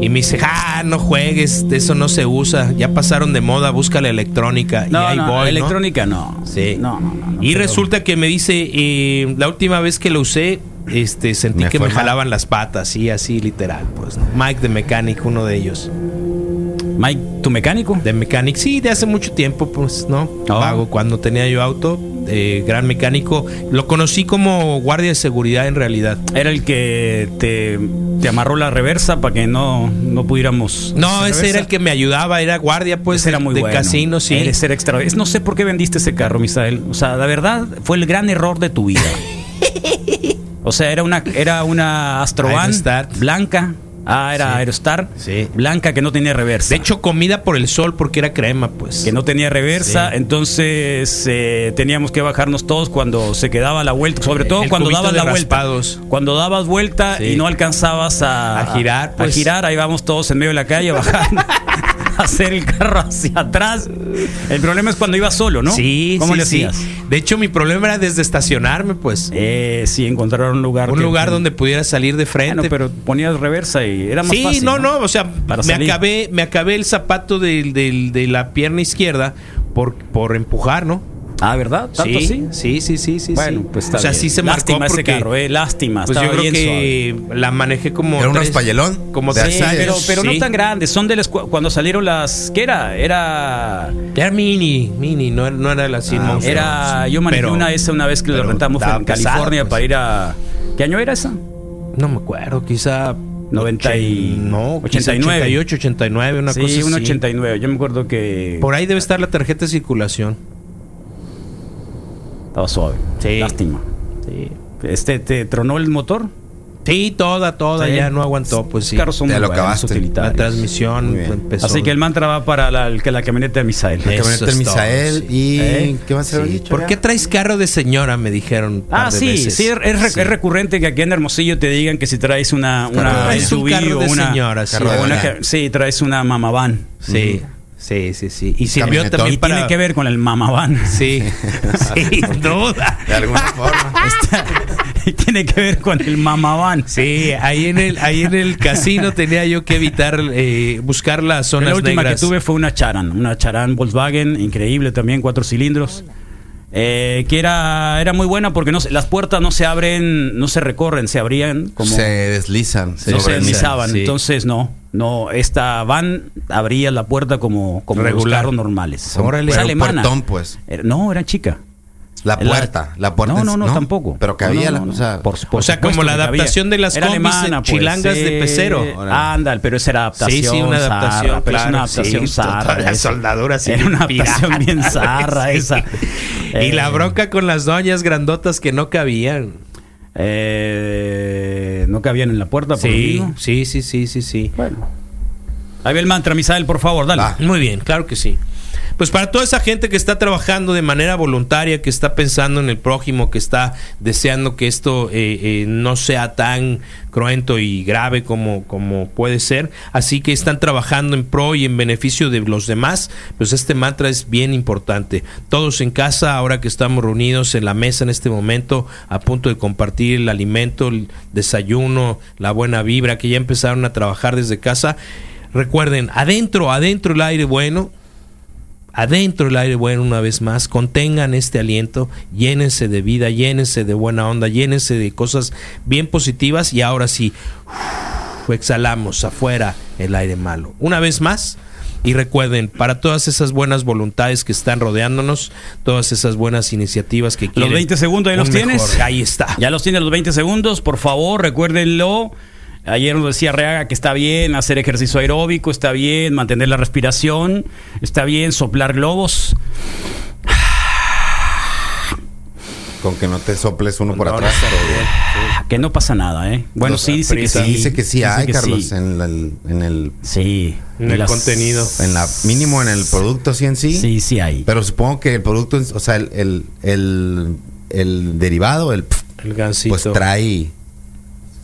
[SPEAKER 8] Y me dice, ah, no juegues, eso no se usa, ya pasaron de moda, busca la electrónica. y
[SPEAKER 6] No,
[SPEAKER 8] ahí
[SPEAKER 6] no,
[SPEAKER 8] voy. ¿no?
[SPEAKER 6] electrónica no.
[SPEAKER 8] Sí.
[SPEAKER 6] No, no, no, no,
[SPEAKER 8] y
[SPEAKER 6] pero-
[SPEAKER 8] resulta que me dice, eh, la última vez que lo usé, este, sentí
[SPEAKER 7] Me
[SPEAKER 8] que
[SPEAKER 7] fue
[SPEAKER 8] me
[SPEAKER 7] mal.
[SPEAKER 8] jalaban las patas, sí, así literal, pues. ¿no? Mike de Mechanic, uno de ellos.
[SPEAKER 6] Mike, tu mecánico.
[SPEAKER 8] De Mechanic, sí, de hace mucho tiempo, pues, ¿no?
[SPEAKER 6] Ah.
[SPEAKER 8] Pago cuando tenía yo auto, eh, gran mecánico. Lo conocí como guardia de seguridad en realidad.
[SPEAKER 6] Era el que te, te amarró la reversa para que no, no pudiéramos.
[SPEAKER 8] No, ese
[SPEAKER 6] reversa.
[SPEAKER 8] era el que me ayudaba, era guardia, pues,
[SPEAKER 6] Pues, Ese era muy
[SPEAKER 8] de
[SPEAKER 6] bueno.
[SPEAKER 8] casino, sí.
[SPEAKER 6] Era, ese era extra. es- No sé por qué vendiste ese carro, Misael. O sea, la verdad fue el gran error de tu vida. O sea, era una era una Astrovan
[SPEAKER 8] Aerostar.
[SPEAKER 6] blanca. Ah, era
[SPEAKER 8] Sí.
[SPEAKER 6] Aerostar.
[SPEAKER 8] Sí.
[SPEAKER 6] Blanca que no tenía reversa.
[SPEAKER 8] De hecho, comida por el sol porque era crema, pues.
[SPEAKER 6] que no tenía reversa,
[SPEAKER 8] Sí.
[SPEAKER 6] entonces eh, teníamos que bajarnos todos cuando se quedaba la vuelta, sobre todo
[SPEAKER 8] El
[SPEAKER 6] cuando
[SPEAKER 8] cubito
[SPEAKER 6] dabas
[SPEAKER 8] de
[SPEAKER 6] la
[SPEAKER 8] raspados.
[SPEAKER 6] vuelta. Cuando dabas vuelta
[SPEAKER 8] Sí.
[SPEAKER 6] y no alcanzabas a,
[SPEAKER 8] A girar, pues.
[SPEAKER 6] a girar, ahí vamos todos en medio de la calle a bajar, a hacer el carro hacia atrás. El problema es cuando ibas solo, ¿no?
[SPEAKER 8] Sí,
[SPEAKER 6] ¿Cómo
[SPEAKER 8] sí,
[SPEAKER 6] le
[SPEAKER 8] sí.
[SPEAKER 6] hacías?
[SPEAKER 8] De hecho, mi problema era desde estacionarme, pues.
[SPEAKER 6] Eh, sí, encontrar un lugar.
[SPEAKER 8] un
[SPEAKER 6] que-
[SPEAKER 8] lugar
[SPEAKER 6] que-
[SPEAKER 8] donde pudiera salir de frente.
[SPEAKER 6] Bueno, pero ponías reversa y era más
[SPEAKER 8] Sí,
[SPEAKER 6] fácil.
[SPEAKER 8] no, no, o sea,
[SPEAKER 6] Para
[SPEAKER 8] me
[SPEAKER 6] salir.
[SPEAKER 8] acabé, me acabé el zapato del, del- de la pierna izquierda por, por empujar, ¿no?
[SPEAKER 6] Ah, ¿verdad? ¿Tanto
[SPEAKER 8] sí,
[SPEAKER 6] así?
[SPEAKER 8] sí, sí, sí, sí.
[SPEAKER 6] Bueno,
[SPEAKER 8] sí.
[SPEAKER 6] pues está
[SPEAKER 8] O sea,
[SPEAKER 6] bien.
[SPEAKER 8] sí se
[SPEAKER 6] Lástima
[SPEAKER 8] marcó
[SPEAKER 6] ese
[SPEAKER 8] porque-
[SPEAKER 6] carro, eh, lástima,
[SPEAKER 8] Pues yo
[SPEAKER 6] estaba
[SPEAKER 8] creo
[SPEAKER 6] bien
[SPEAKER 8] que la manejé como.
[SPEAKER 7] Era un
[SPEAKER 8] tres-
[SPEAKER 7] raspayelón,
[SPEAKER 8] Como
[SPEAKER 7] de
[SPEAKER 8] seis,
[SPEAKER 7] así,
[SPEAKER 6] Pero, pero
[SPEAKER 8] sí.
[SPEAKER 6] no tan grandes, son de las cu- cuando salieron las. ¿Qué era? Era.
[SPEAKER 8] Era mini, mini, no, era- no era la Sin Monster.
[SPEAKER 6] Ah, Era. Yo manejé
[SPEAKER 8] Pero-
[SPEAKER 6] una de esas una vez que la
[SPEAKER 8] pero
[SPEAKER 6] rentamos
[SPEAKER 8] estaba
[SPEAKER 6] en
[SPEAKER 8] pesada,
[SPEAKER 6] California
[SPEAKER 8] pues.
[SPEAKER 6] para ir a. ¿Qué año era esa?
[SPEAKER 8] No me acuerdo, quizá.
[SPEAKER 6] 90 y-
[SPEAKER 8] No,
[SPEAKER 6] 89.
[SPEAKER 8] 89. 88, 89, una
[SPEAKER 6] sí,
[SPEAKER 8] cosa así.
[SPEAKER 6] un 89. Yo me acuerdo que.
[SPEAKER 8] Por ahí debe estar la tarjeta de circulación.
[SPEAKER 6] Estaba suave. Lástima. Este, ¿Te tronó el motor?
[SPEAKER 8] Sí, toda, toda,
[SPEAKER 6] Sí.
[SPEAKER 8] ya no aguantó, pues sí.
[SPEAKER 6] Carros son muy buenos,
[SPEAKER 8] La
[SPEAKER 6] utilitarios.
[SPEAKER 8] transmisión empezó.
[SPEAKER 6] Así que el mantra va para la, el- la camioneta de Misael.
[SPEAKER 8] La Eso camioneta de es Misael todo, sí.
[SPEAKER 7] ¿Y
[SPEAKER 6] ¿Eh?
[SPEAKER 7] qué más se había
[SPEAKER 6] Sí.
[SPEAKER 7] dicho?
[SPEAKER 8] ¿Por qué traes carro de señora? Me dijeron. un par
[SPEAKER 6] Ah,
[SPEAKER 8] de
[SPEAKER 6] sí,
[SPEAKER 8] veces.
[SPEAKER 6] sí, es, es rec-
[SPEAKER 8] Sí.
[SPEAKER 6] es recurrente que aquí en Hermosillo te digan que si traes una,
[SPEAKER 8] Carro
[SPEAKER 6] una
[SPEAKER 8] de- Es un
[SPEAKER 6] SUV
[SPEAKER 8] carro
[SPEAKER 6] o
[SPEAKER 8] de
[SPEAKER 6] una,
[SPEAKER 8] señora, sí.
[SPEAKER 6] o una
[SPEAKER 8] Carro de
[SPEAKER 6] ca- sí, traes una mamaván.
[SPEAKER 8] Sí, sí, sí, sí. Y sirvió
[SPEAKER 6] Camionetón.
[SPEAKER 8] también
[SPEAKER 6] Y
[SPEAKER 8] para...
[SPEAKER 6] tiene que ver con el mamaván.
[SPEAKER 8] Sí, sin duda.
[SPEAKER 7] De alguna forma.
[SPEAKER 6] Y tiene que ver con el mamaván.
[SPEAKER 8] Sí, ahí en el, ahí en el casino tenía yo que evitar eh, buscar las zonas
[SPEAKER 6] la última
[SPEAKER 8] negras.
[SPEAKER 6] que tuve fue una Charan, una Charan Volkswagen, increíble también, cuatro cilindros. eh, que era, era muy buena porque no se- las puertas no se abren, no se recorren, se abrían como
[SPEAKER 7] Se deslizan.
[SPEAKER 6] no se
[SPEAKER 7] sobre el mismo.
[SPEAKER 6] deslizaban.
[SPEAKER 7] Sí.
[SPEAKER 6] Entonces no, no, esta van abría la puerta como, como los
[SPEAKER 7] Regular.
[SPEAKER 6] carros normales.
[SPEAKER 7] Órale.
[SPEAKER 6] Es
[SPEAKER 7] Era un
[SPEAKER 6] alemana.
[SPEAKER 7] puertón, pues.
[SPEAKER 6] Era- no, era chica.
[SPEAKER 7] La puerta, la puerta
[SPEAKER 6] No,
[SPEAKER 7] en-
[SPEAKER 6] no, no,
[SPEAKER 7] ¿no?
[SPEAKER 6] tampoco.
[SPEAKER 7] Pero cabía
[SPEAKER 6] No, no,
[SPEAKER 7] la-
[SPEAKER 6] no.
[SPEAKER 7] o sea-
[SPEAKER 6] Por- por
[SPEAKER 8] O sea, como
[SPEAKER 6] supuesto
[SPEAKER 8] la
[SPEAKER 6] que cabía.
[SPEAKER 8] adaptación de las
[SPEAKER 6] Era
[SPEAKER 8] combis
[SPEAKER 6] alemana, pues,
[SPEAKER 8] chilangas
[SPEAKER 6] sí.
[SPEAKER 8] de pecero.
[SPEAKER 6] Ándale, pero esa era adaptación.
[SPEAKER 8] Sí, sí, una
[SPEAKER 6] zarra,
[SPEAKER 8] adaptación,
[SPEAKER 6] pero es
[SPEAKER 8] claro,
[SPEAKER 6] una adaptación
[SPEAKER 8] sí,
[SPEAKER 6] zarra.
[SPEAKER 8] toda la
[SPEAKER 6] esa.
[SPEAKER 8] soldadura así
[SPEAKER 6] Era una
[SPEAKER 8] pirata,
[SPEAKER 6] adaptación bien
[SPEAKER 8] güey,
[SPEAKER 6] zarra
[SPEAKER 8] sí.
[SPEAKER 6] esa.
[SPEAKER 8] Y la
[SPEAKER 6] Eh,
[SPEAKER 8] bronca con las doñas grandotas que no cabían.
[SPEAKER 6] eh, no cabían en la puerta, por lo
[SPEAKER 8] Sí,
[SPEAKER 6] mismo.
[SPEAKER 8] sí, sí, sí, sí, sí.
[SPEAKER 6] Bueno. Ahí ve el mantra, Misael, por favor, dale.
[SPEAKER 7] Va.
[SPEAKER 8] Muy bien, claro que sí. Pues para toda esa gente que está trabajando de manera voluntaria, que está pensando en el prójimo, que está deseando que esto eh, eh, no sea tan cruento y grave como, como puede ser, así que están trabajando en pro y en beneficio de los demás, pues este mantra es bien importante. Todos en casa, ahora que estamos reunidos en la mesa en este momento, a punto de compartir el alimento, el desayuno, la buena vibra, que ya empezaron a trabajar desde casa, Recuerden, adentro, adentro el aire bueno, adentro el aire bueno una vez más, contengan este aliento, llénense de vida, llénense de buena onda, llénense de cosas bien positivas y ahora sí, exhalamos afuera el aire malo. Una vez más, y recuerden, para todas esas buenas voluntades que están rodeándonos, todas esas buenas iniciativas que quieren.
[SPEAKER 6] 20 segundos, ahí los
[SPEAKER 8] un
[SPEAKER 6] tienes.
[SPEAKER 8] mejor- Ahí está.
[SPEAKER 6] Ya los tiene los 20 segundos, por favor, recuérdenlo. Ayer nos decía Reaga que está bien hacer ejercicio aeróbico, está bien mantener la respiración, está bien soplar globos.
[SPEAKER 7] Con que no te soples uno por atrás.
[SPEAKER 6] Que no pasa nada, ¿eh? Bueno, sí dice que sí.
[SPEAKER 7] Dice que sí
[SPEAKER 6] Dice
[SPEAKER 7] hay,
[SPEAKER 6] que
[SPEAKER 7] Carlos,
[SPEAKER 6] Sí.
[SPEAKER 7] En, la- en el,
[SPEAKER 6] Sí.
[SPEAKER 8] En el contenido.
[SPEAKER 7] en la, mínimo en el producto sí en sí.
[SPEAKER 6] Sí, sí hay.
[SPEAKER 7] Pero supongo que el producto, o sea, el, el, el, el derivado, el pf,
[SPEAKER 8] El gansito.
[SPEAKER 7] pues trae,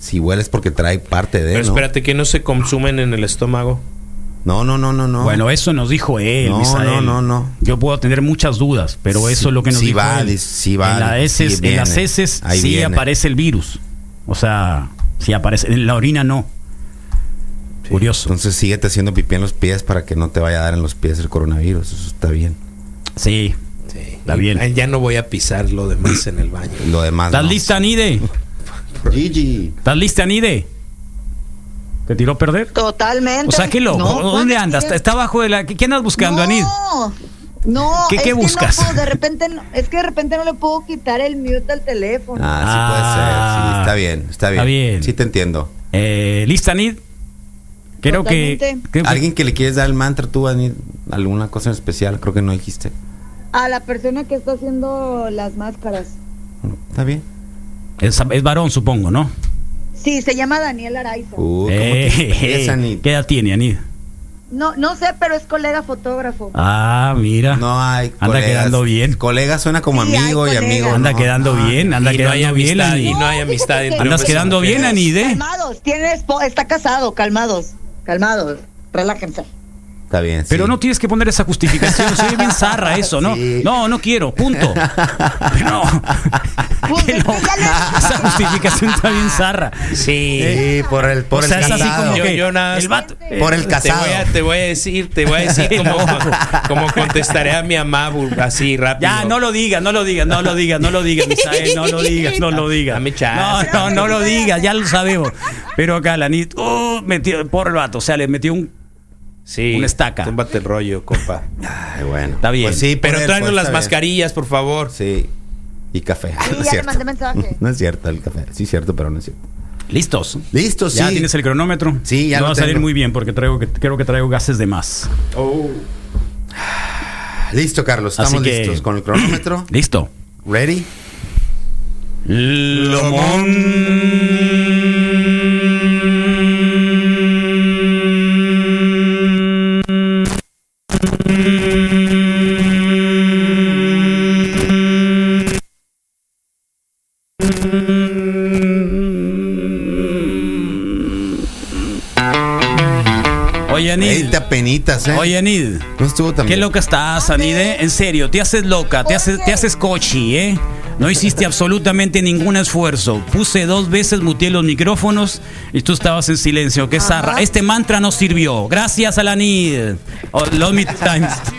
[SPEAKER 7] si hueles porque trae parte de,
[SPEAKER 8] Pero
[SPEAKER 7] ¿no?
[SPEAKER 8] espérate que no se consumen en el estómago.
[SPEAKER 7] No, no, no, no, no.
[SPEAKER 6] Bueno, eso nos dijo él.
[SPEAKER 7] No,
[SPEAKER 6] Misael.
[SPEAKER 7] no, no, no.
[SPEAKER 6] Yo puedo tener muchas dudas, pero
[SPEAKER 7] Sí,
[SPEAKER 6] eso es lo que nos
[SPEAKER 7] sí
[SPEAKER 6] dijo
[SPEAKER 7] va,
[SPEAKER 6] él.
[SPEAKER 7] dice, sí va,
[SPEAKER 6] en, las
[SPEAKER 7] sí
[SPEAKER 6] heces, en
[SPEAKER 7] viene,
[SPEAKER 6] las heces
[SPEAKER 7] ahí
[SPEAKER 6] sí
[SPEAKER 7] viene.
[SPEAKER 6] aparece el virus. O sea, sí aparece. En la orina no. Curioso.
[SPEAKER 7] Entonces síguete haciendo pipí en los pies para que no te vaya a dar en los pies el coronavirus. Eso está bien.
[SPEAKER 6] Sí. Está bien.
[SPEAKER 8] Ay, Ya no voy a pisar lo demás en el baño.
[SPEAKER 7] Lo demás.
[SPEAKER 6] ¿Estás
[SPEAKER 7] no.
[SPEAKER 6] lista, Nide?
[SPEAKER 7] Gigi.
[SPEAKER 6] ¿Estás lista, Nide? ¿Te tiró a perder?
[SPEAKER 9] Totalmente.
[SPEAKER 6] O sea, ¿qué lo?
[SPEAKER 9] No,
[SPEAKER 6] ¿Dónde
[SPEAKER 9] Juan,
[SPEAKER 6] andas?
[SPEAKER 9] mira.
[SPEAKER 6] ¿Está abajo de la.? ¿Qué qué andas buscando,
[SPEAKER 9] no,
[SPEAKER 6] Anid?
[SPEAKER 9] No,
[SPEAKER 6] ¿Qué-
[SPEAKER 9] es
[SPEAKER 6] qué
[SPEAKER 9] que no
[SPEAKER 6] buscas?
[SPEAKER 9] puedo, de repente, no- es que de repente no le puedo quitar el mute al teléfono.
[SPEAKER 7] Ah, sí puede ser. Sí, está bien, está bien.
[SPEAKER 6] Está bien.
[SPEAKER 7] Sí te entiendo.
[SPEAKER 6] Eh, ¿Lista, Anid? Creo que,
[SPEAKER 9] Totalmente.
[SPEAKER 6] que-
[SPEAKER 7] ¿Alguien que le quieres dar el mantra tú, Dani? ¿Alguna cosa en especial? Creo que no dijiste.
[SPEAKER 9] A la persona que está haciendo las máscaras.
[SPEAKER 7] Está bien.
[SPEAKER 6] Es, es varón, supongo, ¿no?
[SPEAKER 9] Sí, se llama Daniel Araiza.
[SPEAKER 7] Uh, ¿cómo
[SPEAKER 6] Eh,
[SPEAKER 7] te interesa, Anid?
[SPEAKER 6] ¿Qué edad tiene, Anid?
[SPEAKER 9] No, no sé, pero es colega fotógrafo.
[SPEAKER 6] Ah, mira.
[SPEAKER 7] No hay.
[SPEAKER 6] Anda quedando bien.
[SPEAKER 7] Colega suena como
[SPEAKER 9] Sí, hay
[SPEAKER 7] amigo y
[SPEAKER 9] colega.
[SPEAKER 7] amigo.
[SPEAKER 6] Anda
[SPEAKER 7] ¿no? Ah,
[SPEAKER 6] quedando bien, anda
[SPEAKER 8] y no hay
[SPEAKER 6] quedando bien,
[SPEAKER 8] amistad,
[SPEAKER 6] Anid.
[SPEAKER 8] y no hay amistad entre
[SPEAKER 6] Andas
[SPEAKER 8] hombres y
[SPEAKER 6] quedando bien,
[SPEAKER 8] mujeres.
[SPEAKER 6] Anide.
[SPEAKER 9] Calmados, tiene espo- está casado, calmados, calmados, relájense.
[SPEAKER 7] Está bien. sí.
[SPEAKER 6] Pero no tienes que poner esa justificación. Soy bien zarra eso, ¿no?
[SPEAKER 7] Sí.
[SPEAKER 6] No, no quiero, punto. No. Esa justificación está bien zarra.
[SPEAKER 7] Sí, por el, por
[SPEAKER 6] Eh, O
[SPEAKER 7] el
[SPEAKER 6] sea, es así
[SPEAKER 7] casado.
[SPEAKER 6] como que Yo- yo nada-
[SPEAKER 8] el
[SPEAKER 6] vato- eh,
[SPEAKER 7] por el casado.
[SPEAKER 8] Te voy a, te voy a decir, te voy a decir cómo, cómo contestaré a mi mamá bu- así rápido.
[SPEAKER 6] Ya, no lo digas, no lo digas, no lo digas, no lo digas, Misael, no lo digas, no lo digas. No, no, no lo digas, ya lo sabemos. Pero acá la nit, uh, metió, por el vato, o sea, le metió un.
[SPEAKER 8] Sí.
[SPEAKER 6] Una estaca.
[SPEAKER 8] Túmbate el rollo, compa.
[SPEAKER 7] Ay, bueno.
[SPEAKER 6] Está bien.
[SPEAKER 7] Pues sí, por
[SPEAKER 8] Pero
[SPEAKER 7] él,
[SPEAKER 8] tráenos
[SPEAKER 7] pues,
[SPEAKER 8] las
[SPEAKER 7] está bien.
[SPEAKER 8] mascarillas, por favor.
[SPEAKER 7] Sí. Y café. no es
[SPEAKER 9] Sí, ya le
[SPEAKER 7] cierto.
[SPEAKER 9] mandé mensaje.
[SPEAKER 7] No es cierto el café. Sí, es cierto, pero no es cierto.
[SPEAKER 6] Listos.
[SPEAKER 7] Listos, sí.
[SPEAKER 6] Ya tienes el cronómetro.
[SPEAKER 7] Sí, ya
[SPEAKER 6] No
[SPEAKER 7] lo
[SPEAKER 6] va a salir
[SPEAKER 7] tengo.
[SPEAKER 6] muy bien porque traigo que, creo que traigo gases de más.
[SPEAKER 7] Listo, Carlos.
[SPEAKER 6] Así
[SPEAKER 7] Estamos
[SPEAKER 6] que-
[SPEAKER 7] listos con el cronómetro.
[SPEAKER 6] Listo.
[SPEAKER 7] ¿Ready?
[SPEAKER 6] Oye, Anid.
[SPEAKER 7] Veinte penitas, ¿eh?
[SPEAKER 6] Oye, Anid.
[SPEAKER 7] No estuvo tan
[SPEAKER 6] Qué
[SPEAKER 7] bien.
[SPEAKER 6] loca estás, Anide. En serio, te haces loca, te haces, te haces cochi, ¿eh? No hiciste absolutamente ningún esfuerzo. Puse dos veces, muteé los micrófonos y tú estabas en silencio. Qué zarra. Este mantra no sirvió. Gracias a la NID. O- Oh, Love Me Times.